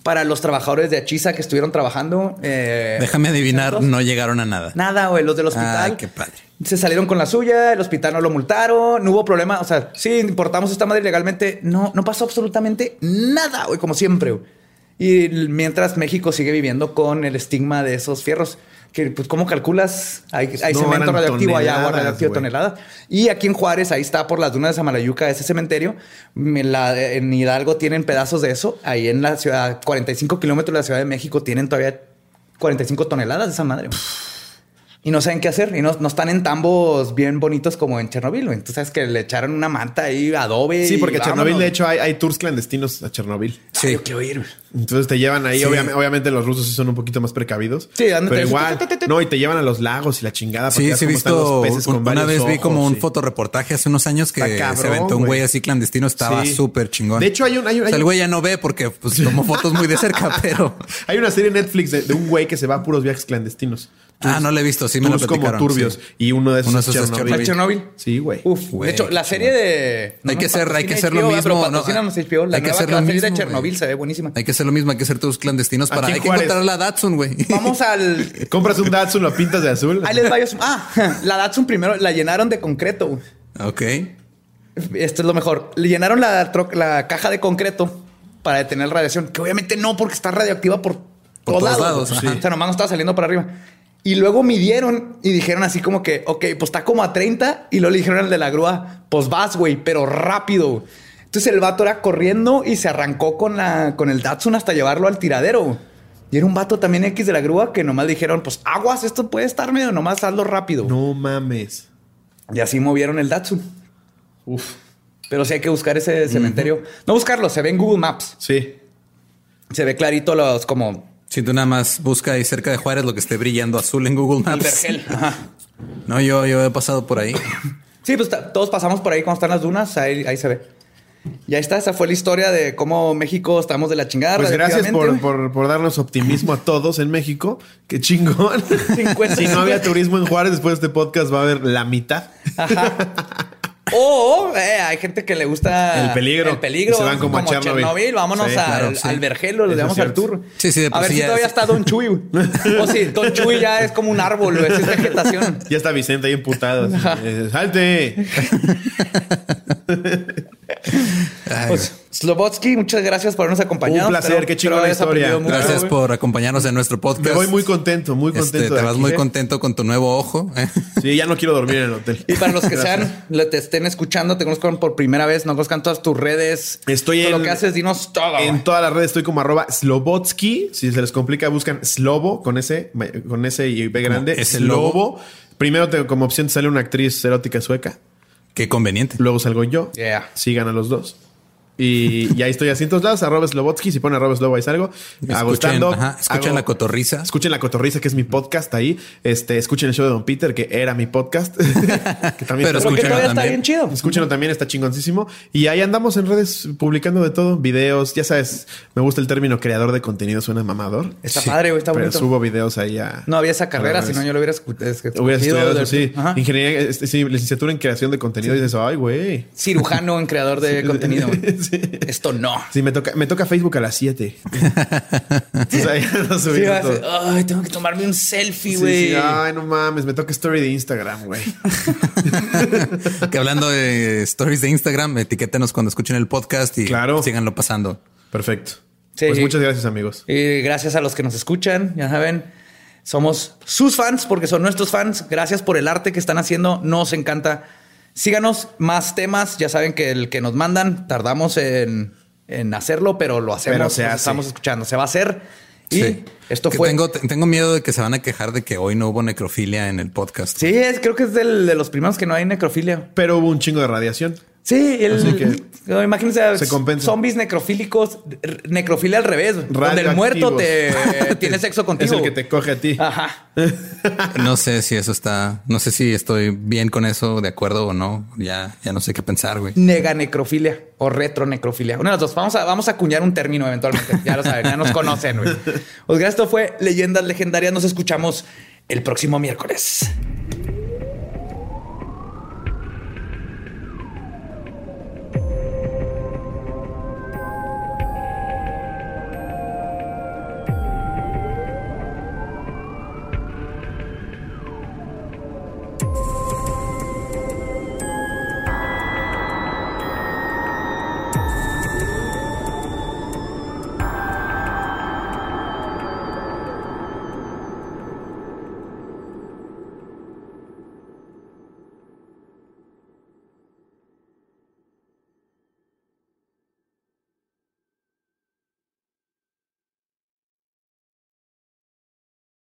para los trabajadores de Achiza que estuvieron trabajando. eh, Déjame adivinar, no llegaron a nada. Nada, güey, los del hospital. Ay, qué padre. Se salieron con la suya, el hospital no lo multaron, no hubo problema. O sea, sí, importamos esta madre ilegalmente. No, no pasó absolutamente nada, güey, como siempre, güey. Y l- mientras México sigue viviendo con el estigma de esos fierros, que pues cómo calculas, hay, hay Pues No, cemento eran radioactivo, hay agua toneladas, radioactiva, güey. toneladas. Y aquí en Juárez, ahí está por las dunas de Samalayuca, ese cementerio. Me la- en Hidalgo tienen pedazos de eso. Ahí en la ciudad, 45 kilómetros de la Ciudad de México, tienen todavía 45 toneladas de esa madre. güey. Y no saben qué hacer. Y no, no están en tambos bien bonitos como en Chernobyl. güey. Entonces, que le echaron una manta ahí, adobe. Sí, porque y a Chernobyl, vámonos. de hecho, hay, hay tours clandestinos a Chernobyl. Ay, Sí. yo quiero ir. güey. Entonces te llevan ahí. Sí. Obviamente, obviamente los rusos sí son un poquito más precavidos. Sí, ándate. Pero igual. No, y te llevan a los lagos y la chingada. para que Sí, veas sí, he cómo están visto. los peces un- con una varios vez vi ojos, como un sí. fotoreportaje hace unos años que Está cabrón, se aventó un güey. güey así clandestino. Estaba Sí. súper chingón. De hecho, hay un- hay un- O sea, hay el un- güey ya no ve porque pues, tomó fotos muy de cerca, pero. Hay una serie en Netflix de, de un güey que se va a puros viajes clandestinos. Ah, no lo he visto. Sí, me lo Tours como platicaron. turbios. sí. Y uno de esos, Uno de esos es es Chernobyl. ¿Fue a Chernobyl? Sí, güey. Uf, Güey, de hecho, qué la serie de. Hay nos que hacer, hay patrocina que hacer HBO, lo ah, pero mismo. patrocínanos HBO. La hay que nueva hacer la lo serie mismo. de Chernobyl güey. se ve buenísima. Hay que hacer lo mismo. Hay que hacer todos clandestinos para. Aquí Hay que Juárez. encontrar la Datsun, güey. Vamos al. Compras un Datsun, lo pintas de azul. Ahí les va yo- Ah, la Datsun primero la llenaron de concreto. güey. Ok. Esto es lo mejor. Le llenaron la, tro- la caja de concreto para detener la radiación, que obviamente no, porque está radioactiva por, Por todos todos lados. lados, güey. ajá. O sea, nomás no estaba saliendo para arriba. Y luego midieron y dijeron así como que, ok, pues está como a 30. Y luego le dijeron al de la grúa, pues vas, güey, pero rápido. güey. Entonces el vato era corriendo y se arrancó con, la, con el Datsun hasta llevarlo al tiradero. güey. Y era un vato también X de la grúa que nomás dijeron, pues aguas, esto puede estar medio, nomás hazlo rápido. No mames. Y así movieron el Datsun. Uf. Pero sí hay que buscar ese cementerio. No buscarlo, se ve en Google Maps. Sí. Se ve clarito los como Si tú nada más busca ahí cerca de Juárez lo que esté brillando azul en Google el Maps. vergel. Ajá. No, yo, yo he pasado por ahí. Sí, pues ta- todos pasamos por ahí cuando están las dunas, ahí, ahí se ve. Y ahí está, esa fue la historia de cómo México estamos de la chingada. Pues gracias por, radioactivamente, por, por darnos optimismo a todos en México. Qué chingón. 50. si no había turismo en Juárez, después de este podcast va a haber la mitad. güey. Ajá. O eh, hay gente que le gusta El peligro. El peligro. Se van como a Chernobyl. Vámonos Sí, al, claro, sí. al vergel, lo Eso es llevamos al cierto. tour. Sí, sí, de A por ver sí si ya todavía es- está Don Chuy. güey. o sí, Don Chuy ya es como un árbol, güey, es vegetación. Ya está Vicente ahí emputado. así, eh, ¡Salte! Ay, güey. Pues, Slobotsky, muchas gracias por habernos acompañado. Un placer, Espero- qué espero chingona hayas historia. aprendido mucho, Gracias güey. por acompañarnos en nuestro podcast. Me voy muy contento, muy Este, contento. de te vas aquí, muy ¿eh? contento con tu nuevo ojo. ¿eh? Sí, ya no quiero dormir en el hotel. Y para los que Gracias. sean, le- te estén escuchando, te conozcan por primera vez, no conozcan todas tus redes. Estoy todo en- lo que haces, dinos todo. güey. En todas las redes estoy como arroba Slobotsky. Si se les complica, buscan Slobo con ese, con ese y B grande. ese Slobo. Primero te- como opción te sale una actriz erótica sueca. Qué conveniente. Luego salgo yo. Yeah. Sigan a los dos. Y, y ahí estoy a cientos lados, arroba Slobotsky. Si ponen arroba Slobo, ahí salgo. Escuchen, Agostando. ajá, escuchen hago- la cotorriza. Escuchen La Cotorriza, que es mi podcast ahí. Este, escuchen el show de Don Peter, que era mi podcast. que también Pero Creo está- que escúchenlo todavía está también. bien chido. Escúchenlo también, está chingoncísimo. Y ahí andamos en redes publicando de todo, videos. Ya sabes, me gusta el término creador de contenido, suena mamador. Está padre, güey, está Pero bonito. subo videos ahí a. No había esa a carrera, las si no redes. yo lo hubiera escu- es- escogido. Hubiera estudiado eso, del- sí. Ajá. Ingeniería, este, sí, licenciatura en creación de contenido. Y dices, ay, güey. Cirujano en creador de contenido. güey. Sí. Esto no. Sí, me toca, me toca Facebook a las 7. Entonces ahí ando Sí, subiendo vas- todo. Ay, tengo que tomarme un selfie, Sí, ah, güey. sí, Ay, no mames, me toca story de Instagram, güey. que hablando de stories de Instagram, etiquétenos cuando escuchen el podcast y Claro. síganlo pasando. Perfecto. Sí. Pues muchas gracias, amigos. Y Eh, gracias a los que nos escuchan, ya saben, somos sus fans porque son nuestros fans. Gracias por el arte que están haciendo, nos encanta. Síganos más temas, ya saben que el que nos mandan tardamos en, en hacerlo, pero lo hacemos, Pero se nos hace. estamos escuchando, se va a hacer. Y Sí. esto Que fue... Tengo, te- tengo miedo de que se van a quejar de que hoy no hubo necrofilia en el podcast. Sí, es- creo que es del- de los primeros que no hay necrofilia. Pero hubo un chingo de radiación. Sí, Así el, que- no, imagínense Se compensa. zombies necrofílicos, r- necrofilia al revés, donde el Radioactivos. muerto te tiene sexo contigo. Ah, Es el que te coge a ti. Ajá. No sé si eso está, no sé si estoy bien con eso, de acuerdo o no. Ya, ya no sé qué pensar, güey. Nega necrofilia o retronecrofilia. Una de las dos. Vamos a, vamos a acuñar un término eventualmente. Ya lo saben, ya nos conocen. güey. Pues gracias, esto fue Leyendas Legendarias. Nos escuchamos el próximo miércoles.